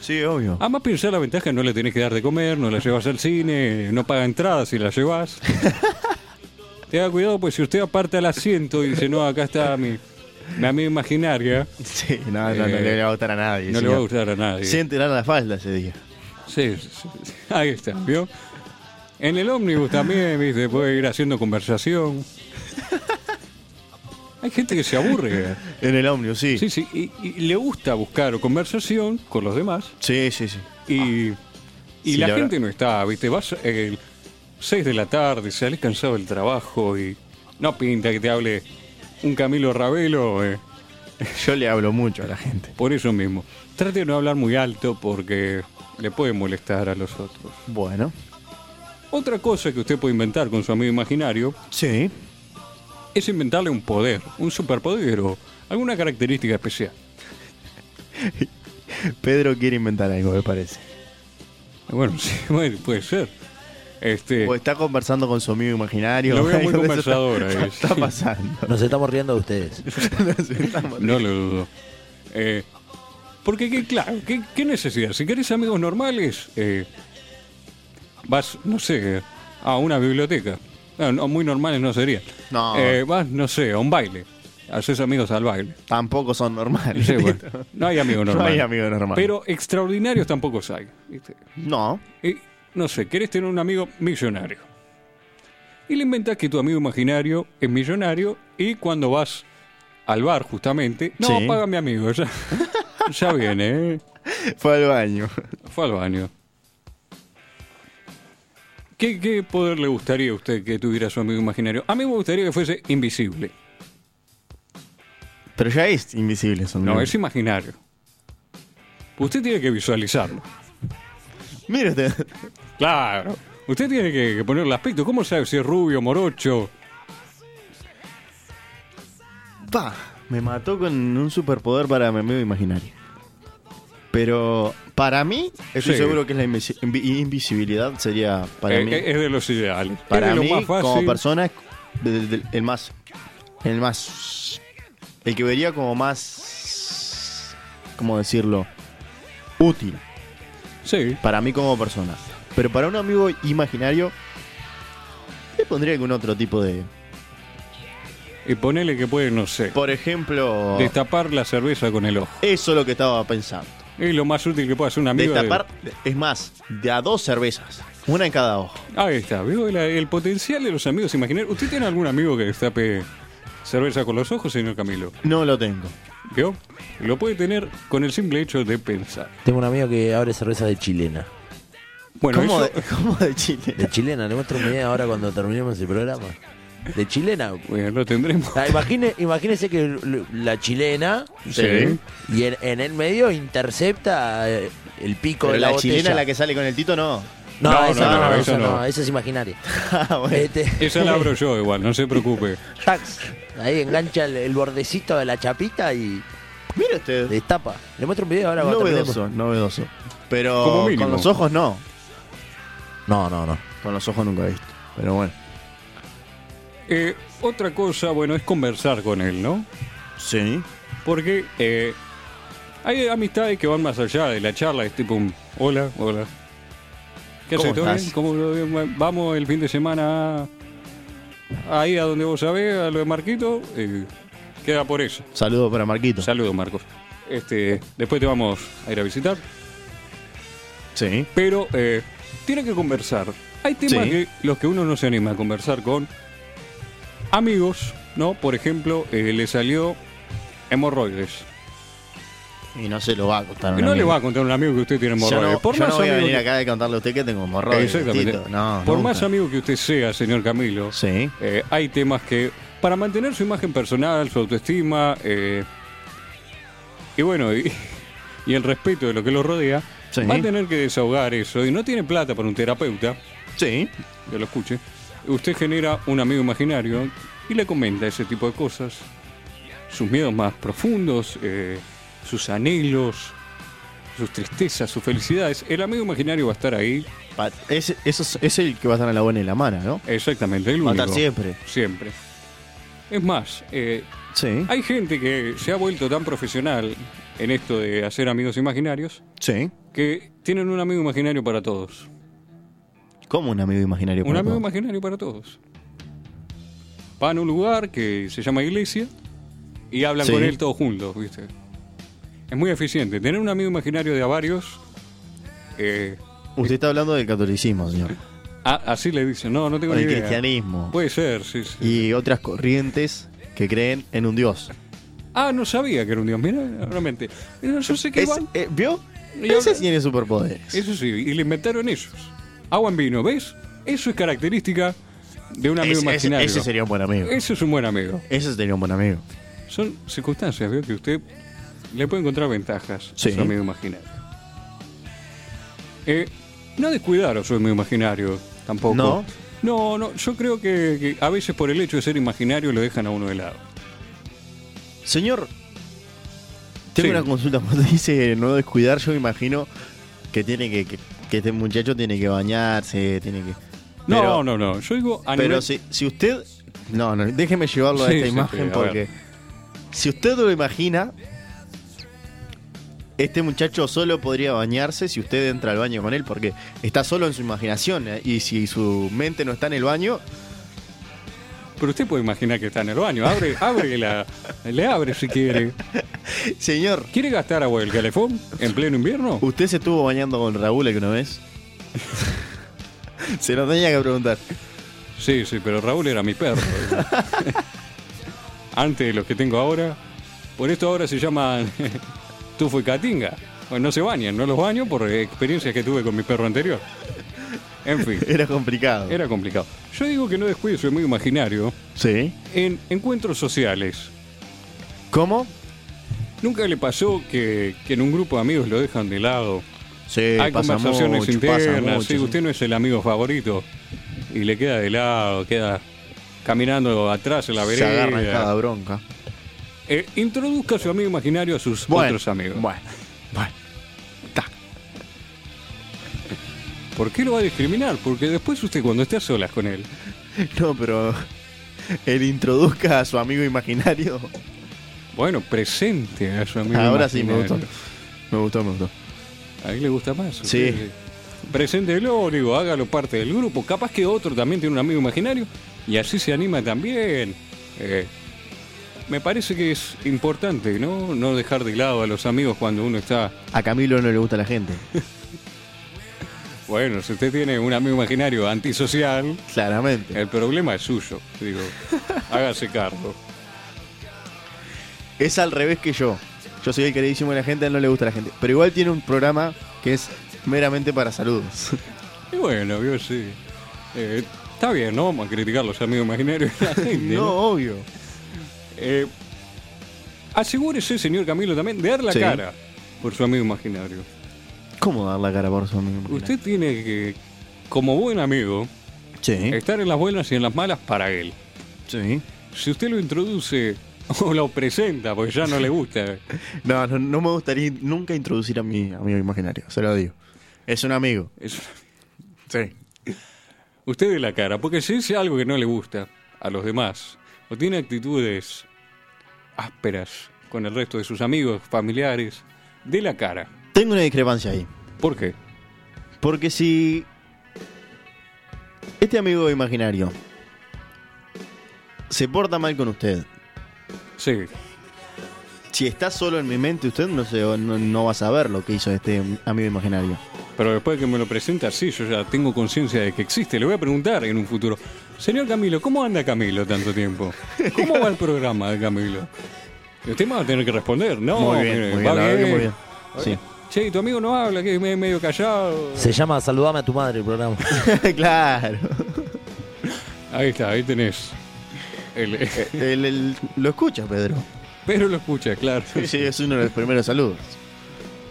Sí, obvio. Además, pensar la ventaja: no le tenés que dar de comer, no la llevas al cine, no paga entrada si la llevas. Tenga cuidado, pues si usted aparta el asiento y dice, no, acá está mi, mi amiga imaginaria, Sí, no, no, no Eh, le va a gustar a nadie. no le señor. va a gustar a nadie. Se enteraron la falda ese día. Sí, sí, sí. ahí está, ¿vio? En el ómnibus también, ¿viste? Puede ir haciendo conversación. Hay gente que se aburre. En el ómnibus, sí. Sí, Sí, sí, y, y le gusta buscar conversación con los demás sí, sí. sí. y, y Sí, la, la verdad. gente no está, ¿viste? Vas eh, 6 de la tarde, sales cansado del trabajo y no pinta que te hable un Camilo Ravelo. eh. Yo le hablo mucho a la gente. Por eso mismo. Trate de no hablar muy alto porque le puede molestar a los otros. Bueno. Otra cosa que usted puede inventar con su amigo imaginario Sí. es inventarle un poder, un superpoder o alguna característica especial. Pedro quiere inventar algo, me parece. Bueno, sí, bueno, puede ser. Este, O está conversando con su amigo imaginario. Lo veo muy Algo de eso conversador eh. Está, ahí. está pasando. Nos estamos riendo de ustedes. no lo dudo. Eh, porque, qué, claro, ¿qué, qué necesidad? Si querés amigos normales, eh, vas, no sé, a una biblioteca. No, no, muy normales no serían. No. Eh, vas, no sé, a un baile. Haces amigos al baile. Tampoco son normales. Sí, bueno, no hay amigo No normal. hay amigo normal. Pero extraordinarios tampoco hay. ¿viste? No. Y, no sé, querés tener un amigo millonario. Y le inventas que tu amigo imaginario es millonario y cuando vas al bar justamente, no, Sí. paga mi amigo, ya, ya viene, ¿eh? Fue al baño. fue al baño. ¿Qué, ¿Qué poder le gustaría a usted que tuviera su amigo imaginario? A mí me gustaría que fuese invisible. Pero ya es invisible son No, es imaginario. Usted tiene que visualizarlo. Mira este. usted. Claro. Usted tiene que, que poner el aspecto. ¿Cómo sabe si es rubio, morocho? Pa, me mató con un superpoder para mi amigo imaginario. Pero para mí, estoy Sí. seguro que es la invisi- invi- invisibilidad sería para Eh, mí. eh, Es de los ideales. para es de mí, lo más fácil. como persona, es del- del- el más. El más. El que vería como más. ¿Cómo decirlo? Útil Sí. para mí como persona. Pero para un amigo imaginario, le pondría algún otro tipo de. Y ponele que puede, no sé, Por ejemplo, destapar la cerveza con el ojo. eso es lo que estaba pensando. Es lo más útil que puede hacer un amigo. de- Destapar, es más, de a dos cervezas, una en cada ojo. Ahí está. ¿Vio la- el potencial de los amigos imaginarios? ¿Usted tiene algún amigo que destape cerveza con los ojos, señor Camilo? No lo tengo. ¿Vio? Lo puede tener con el simple hecho de pensar. Tengo un amigo que abre cerveza de chilena. Bueno, ¿Cómo, eso- de, cómo de Chile? De chilena, le muestro un video ahora cuando terminemos el programa. De chilena. bueno, lo tendremos. Ah, imagine- imagínese que l- la chilena Sí. y en, en el medio intercepta eh, el pico Pero de la, la botella. chilena la que sale con el tito no. No, No, esa no, no, no, esa esa no, no. esa es imaginaria. Ah, bueno. Este, Esa la abro yo igual, no se preocupe. tax, ahí engancha el, el bordecito de la chapita y Mira usted. destapa. Le muestro un video ahora cuando Novedoso, terminemos. novedoso. Como Pero mínimo. con los ojos no. No, no, no. Con los ojos nunca he visto. Pero bueno. Eh, otra cosa, bueno, es conversar con él, ¿no? Sí. Porque eh, hay amistades que van más allá de la charla, es tipo un hola, hola. ¿Qué haces? ¿Cómo ¿Todo bien? estás? ¿Cómo lo bien? Bueno, Vamos el fin de semana a- ahí a donde vos sabés, a lo de Marquito. eh, queda por eso. Saludos para Marquito. Saludos, Marcos. Este, después te vamos a ir a visitar. sí. Pero eh, tiene que conversar. Hay temas Sí. que los que uno no se anima a conversar con amigos, ¿no? Por ejemplo, eh, le salió hemorroides. Y no se lo va a contar. a un no le amigo. va a contar a un amigo que usted tiene Yo hemorroides. no, por yo más no voy a amigo venir que- acá a contarle a usted que tengo hemorroides. Exactamente. Tito. No, por nunca. más amigo que usted sea, señor Camilo, Sí. eh, hay temas que para mantener su imagen personal, su autoestima eh, y bueno y, y el respeto de lo que lo rodea, Sí. va a tener que desahogar eso y no tiene plata para un terapeuta Sí. que lo escuche. Usted genera un amigo imaginario y le comenta ese tipo de cosas, sus miedos más profundos, eh, sus anhelos, sus tristezas, sus felicidades. El amigo imaginario va a estar ahí, Pa- Es, eso es, es el que va a estar en la buena y la mala, ¿no? exactamente, el Va a único. estar siempre. Siempre. Es más, eh, Sí. Hay gente que se ha vuelto tan profesional en esto de hacer amigos imaginarios Sí. que tienen un amigo imaginario para todos. ¿Cómo un amigo imaginario? Un para amigo todo? imaginario para todos. Van a un lugar que se llama iglesia y hablan Sí. con él todos juntos, ¿viste? Es muy eficiente. Tener un amigo imaginario de a varios, eh, Usted está hablando del catolicismo, señor. a- así le dicen, no, no tengo O ni del idea. cristianismo. Puede ser, sí, sí. Y otras corrientes que creen en un dios. Ah, no sabía que era un dios, mira, realmente. Eh, No, yo sé que Es- igual- eh, ¿Vio? Y ahora- Ese sí tiene superpoderes. Eso sí, y lo inventaron ellos. Agua en vino, ¿ves? Eso es característica de un amigo Ese- ese- imaginario. ese sería un buen amigo. Ese es un buen amigo. Ese sería un buen amigo. Son circunstancias, veo que usted le puede encontrar ventajas Sí. a su amigo imaginario. Eh, no descuidar a su amigo imaginario tampoco. No. No, no, yo creo que, que a veces por el hecho de ser imaginario lo dejan a uno de lado. Señor, tengo Sí. una consulta. Cuando dice no descuidar, yo me imagino que tiene que, que, que este muchacho tiene que bañarse, tiene que. No, Pero- no, no. Yo digo a Pero nivel- si, si usted. No, no, déjeme llevarlo a Sí, esta sí, imagen sí, a porque. ver. Si usted lo imagina. Este muchacho solo podría bañarse si usted entra al baño con él, porque está solo en su imaginación. eh, Y si su mente no está en el baño, Pero usted puede imaginar que está en el baño. Abre, abre la. Le abre si quiere. señor, ¿Quiere gastar agua del calefón en pleno invierno? ¿usted se estuvo bañando con Raúl alguna vez? se lo tenía que preguntar. Sí, sí, pero Raúl era mi perro. Antes de los que tengo ahora. Por esto ahora se llaman Tufo y Catinga. Bueno, No se bañan, no los baño por experiencias que tuve con mi perro anterior. En fin, Era complicado. era complicado. Yo digo que no descuide su amigo imaginario Sí. en encuentros sociales. ¿Cómo? ¿Nunca le pasó que, que en un grupo de amigos lo dejan de lado? Sí, Hay Eh, pasa conversaciones mucho, internas, pasa mucho, sí, usted no es el amigo favorito y le queda de lado, queda caminando atrás en la se agarra en cada vereda. bronca. Eh, introduzca a su amigo imaginario a sus otros amigos. Bueno, bueno. Ta. ¿Por qué lo va a discriminar? Porque después usted cuando esté a solas con él, No, pero él introduzca a su amigo imaginario. bueno, presente a su amigo Ahora imaginario. sí, me gustó. Me gustó, me gustó. A él le gusta más. Sí. usted- Preséntelo, digo, hágalo parte del grupo. Capaz que otro también tiene un amigo imaginario y así se anima también. Eh, me parece que es importante, ¿no? No dejar de lado a los amigos cuando uno está. A Camilo no le gusta la gente. Bueno, si usted tiene un amigo imaginario antisocial, Claramente. el problema es suyo. Digo, hágase cargo. Es al revés que yo. Yo soy el queridísimo de la gente, a él no le gusta la gente. Pero igual tiene un programa que es meramente para saludos. Y bueno, yo sí. Eh, está bien, no vamos a criticar los amigos imaginarios de la gente. no, obvio. Eh, asegúrese, señor Camilo, también de dar la Sí. cara por su amigo imaginario. ¿Cómo dar la cara por su amigo imaginario? Usted tiene que, como buen amigo, Sí. estar en las buenas y en las malas para él. Sí. Si usted lo introduce o lo presenta, porque ya no le gusta, No, no, no me gustaría nunca introducir a mi amigo imaginario, se lo digo. Es un amigo. es- Sí. usted de la cara, porque si dice algo que no le gusta a los demás, o tiene actitudes ásperas con el resto de sus amigos, familiares, de la cara. Tengo una discrepancia ahí. ¿Por qué? Porque si este amigo imaginario se porta mal con usted, Sí, si está solo en mi mente, usted no, se, no, no va a saber lo que hizo este amigo imaginario. Pero después de que me lo presenta, sí, yo ya tengo conciencia de que existe. Le voy a preguntar en un futuro. Señor Camilo, ¿cómo anda Camilo tanto tiempo? ¿Cómo va el programa de Camilo? Y Usted me va a tener que responder, ¿no? muy bien, mire, muy va Oh, bien, la verdad que muy bien. Sí. Che, ¿y tu amigo no habla, que es me- medio callado. Se llama Saludame a tu madre el programa. claro. Ahí está, ahí tenés. El- eh, El- el- lo escucha, Pedro. pero lo escuchas, claro. Sí, es uno de los primeros saludos.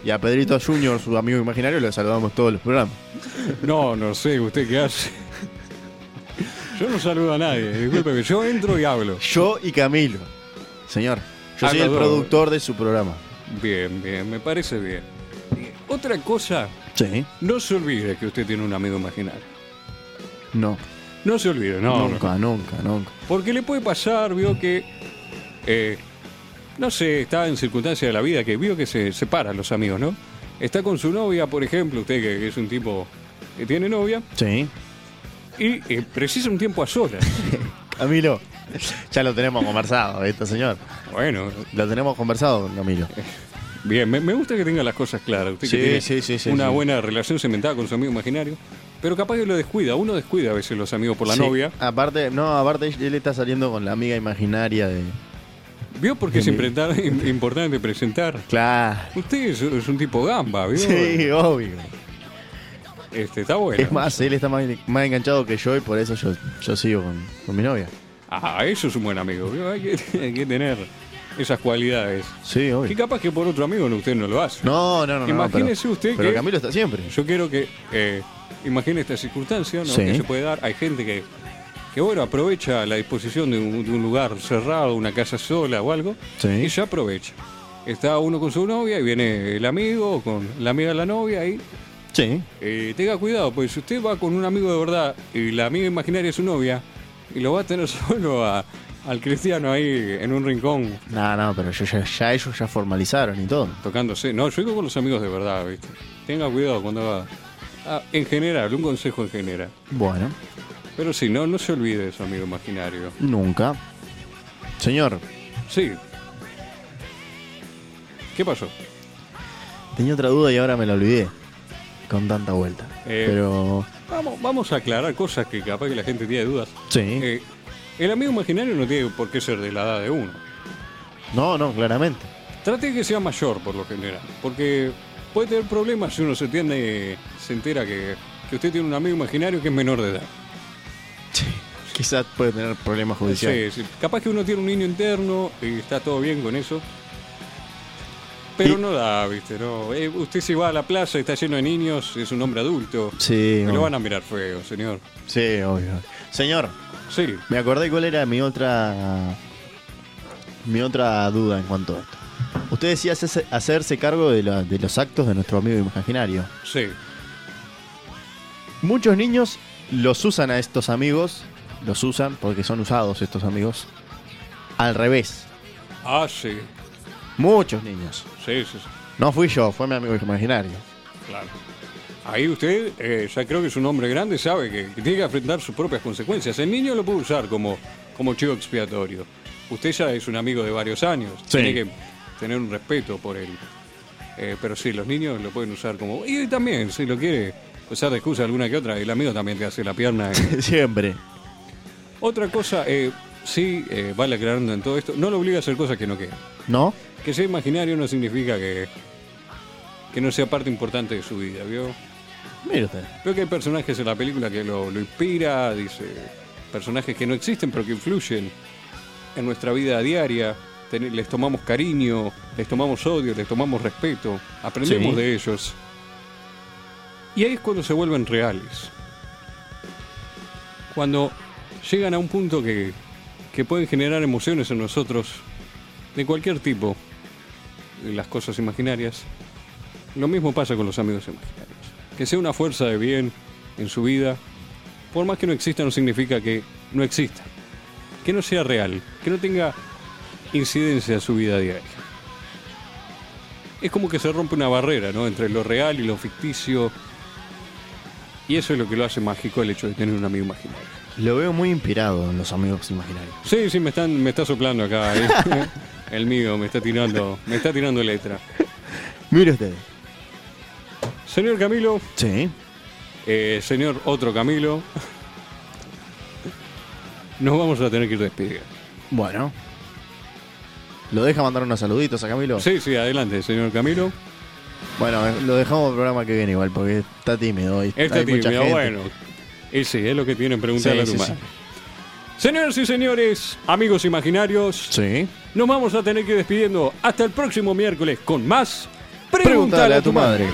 Y a Pedrito Junior, su amigo imaginario, lo saludamos todos los programas. No, no sé, ¿usted qué hace? Yo no saludo a nadie, discúlpeme, yo entro y hablo. Yo y Camilo. Señor, yo Ah, soy los el dos. productor de su programa. Bien, bien, me parece bien. Otra cosa Sí. No se olvide que usted tiene un amigo imaginario. No. No se olvide, no. no. nunca, nunca, nunca. Porque le puede pasar, vio que eh, no sé, está en circunstancias de la vida que vio que se separan los amigos, ¿no? Está con su novia, por ejemplo, usted que, que es un tipo que tiene novia, Sí. y eh, precisa un tiempo a solas. Camilo, ya lo tenemos conversado, este señor. Bueno, Lo tenemos conversado, Camilo. bien, me, me gusta que tenga las cosas claras. Usted Sí, que tiene sí, sí, sí, una sí. buena relación cementada con su amigo imaginario, pero capaz que lo descuida. Uno descuida a veces los amigos por la Sí. novia. Aparte, no, aparte él está saliendo con la amiga imaginaria de. ¿Vio por qué es imprentar- im- importante presentar? Claro. Usted es, es un tipo gamba, ¿vio? Sí, obvio. Este, está bueno. Es más, él está más, más enganchado que yo y por eso yo, yo sigo con, con mi novia. Ah, eso es un buen amigo, ¿vio? Hay que, hay que tener esas cualidades. Sí, Y obvio. capaz que por otro amigo no, usted no lo hace. No, no, no. no, Imagínese pero- usted Pero que- Camilo está siempre. Yo quiero que eh, imagine esta circunstancia ¿no? Sí. que se puede dar. Hay gente que, que bueno, aprovecha la disposición de un, de un lugar cerrado, una casa sola o algo, Sí. y ya aprovecha. Está uno con su novia y viene el amigo, con la amiga de la novia y Sí. eh, tenga cuidado, porque si usted va con un amigo de verdad y la amiga imaginaria es su novia, y lo va a tener solo a- al cristiano ahí en un rincón No, no, pero yo, ya, ya ellos ya formalizaron y todo. tocándose. No, yo digo con los amigos de verdad, ¿viste? Tenga cuidado cuando va. Ah, en general, un consejo en general. Bueno, Pero si no, no se olvide de su amigo imaginario. nunca. Señor, Sí. ¿Qué pasó? tenía otra duda y ahora me la olvidé. Con tanta vuelta. Eh. Pero. Vamos, vamos a aclarar cosas que capaz que la gente tiene dudas. Sí. Eh, el amigo imaginario no tiene por qué ser de la edad de uno. No, no, claramente. Trate de que sea mayor por lo general, porque puede tener problemas si uno se tiene, se entera que, que usted tiene un amigo imaginario que es menor de edad. Quizás puede tener problemas judiciales. Sí, sí. Capaz que uno tiene un niño interno y está todo bien con eso. Pero Y- no da, viste, no. Eh, usted si va a la plaza y está lleno de niños, es un hombre adulto. Sí, Me lo obvio. van a mirar feo, señor. Sí, obvio. Señor, Sí, me acordé cuál era mi otra. Mi otra duda en cuanto a esto. Usted decía hacerse, hacerse cargo de, la- de los actos de nuestro amigo imaginario. sí. Muchos niños los usan a estos amigos, los usan porque son usados estos amigos, al revés. Ah, sí. Muchos niños. Sí, sí, sí. No fui yo, fue mi amigo imaginario. Claro. Ahí usted, eh, ya creo que es un hombre grande, sabe que, que tiene que enfrentar sus propias consecuencias. El niño lo puede usar como, como chivo expiatorio. Usted ya es un amigo de varios años, Sí. tiene que tener un respeto por él. Eh, pero sí, los niños lo pueden usar como... Y también, si lo quiere usar de excusa alguna que otra, el amigo también te hace la pierna. eh. Siempre. otra cosa, eh, sí, eh, vale aclarando en todo esto, no lo obliga a hacer cosas que no quiere. ¿No? Que sea imaginario no significa que, que no sea parte importante de su vida, ¿vio? Mire usted. Creo que hay personajes en la película que lo, lo inspira, dice, personajes que no existen pero que influyen en nuestra vida diaria. Ten- les tomamos cariño, les tomamos odio, les tomamos respeto, aprendemos Sí. de ellos. Y ahí es cuando se vuelven reales. Cuando llegan a un punto que, que pueden generar emociones en nosotros de cualquier tipo, las cosas imaginarias. Lo mismo pasa con los amigos imaginarios. Que sea una fuerza de bien en su vida, por más que no exista, no significa que no exista. Que no sea real, que no tenga incidencia en su vida diaria. Es como que se rompe una barrera, ¿no? Entre lo real y lo ficticio. Y eso es lo que lo hace mágico el hecho de tener un amigo imaginario. Lo veo muy inspirado en los amigos imaginarios. Sí, sí, me están, me está soplando acá. ¿eh? el mío me está tirando, me está tirando letra. Mire usted. Señor Camilo, Sí. Eh, señor otro Camilo, nos vamos a tener que ir despidiendo. Bueno. ¿Lo deja mandar unos saluditos a Camilo? Sí, sí, adelante, señor Camilo. Bueno, eh, lo dejamos para el programa que viene igual, porque está tímido hoy. Esta Hay mucha tímida, gente. Este bueno. Y sí, es lo que tienen preguntarle Sí, a tu sí, madre. Señoras y señores, amigos imaginarios, Sí. nos vamos a tener que ir despidiendo hasta el próximo miércoles con más Pregúntale a tu madre.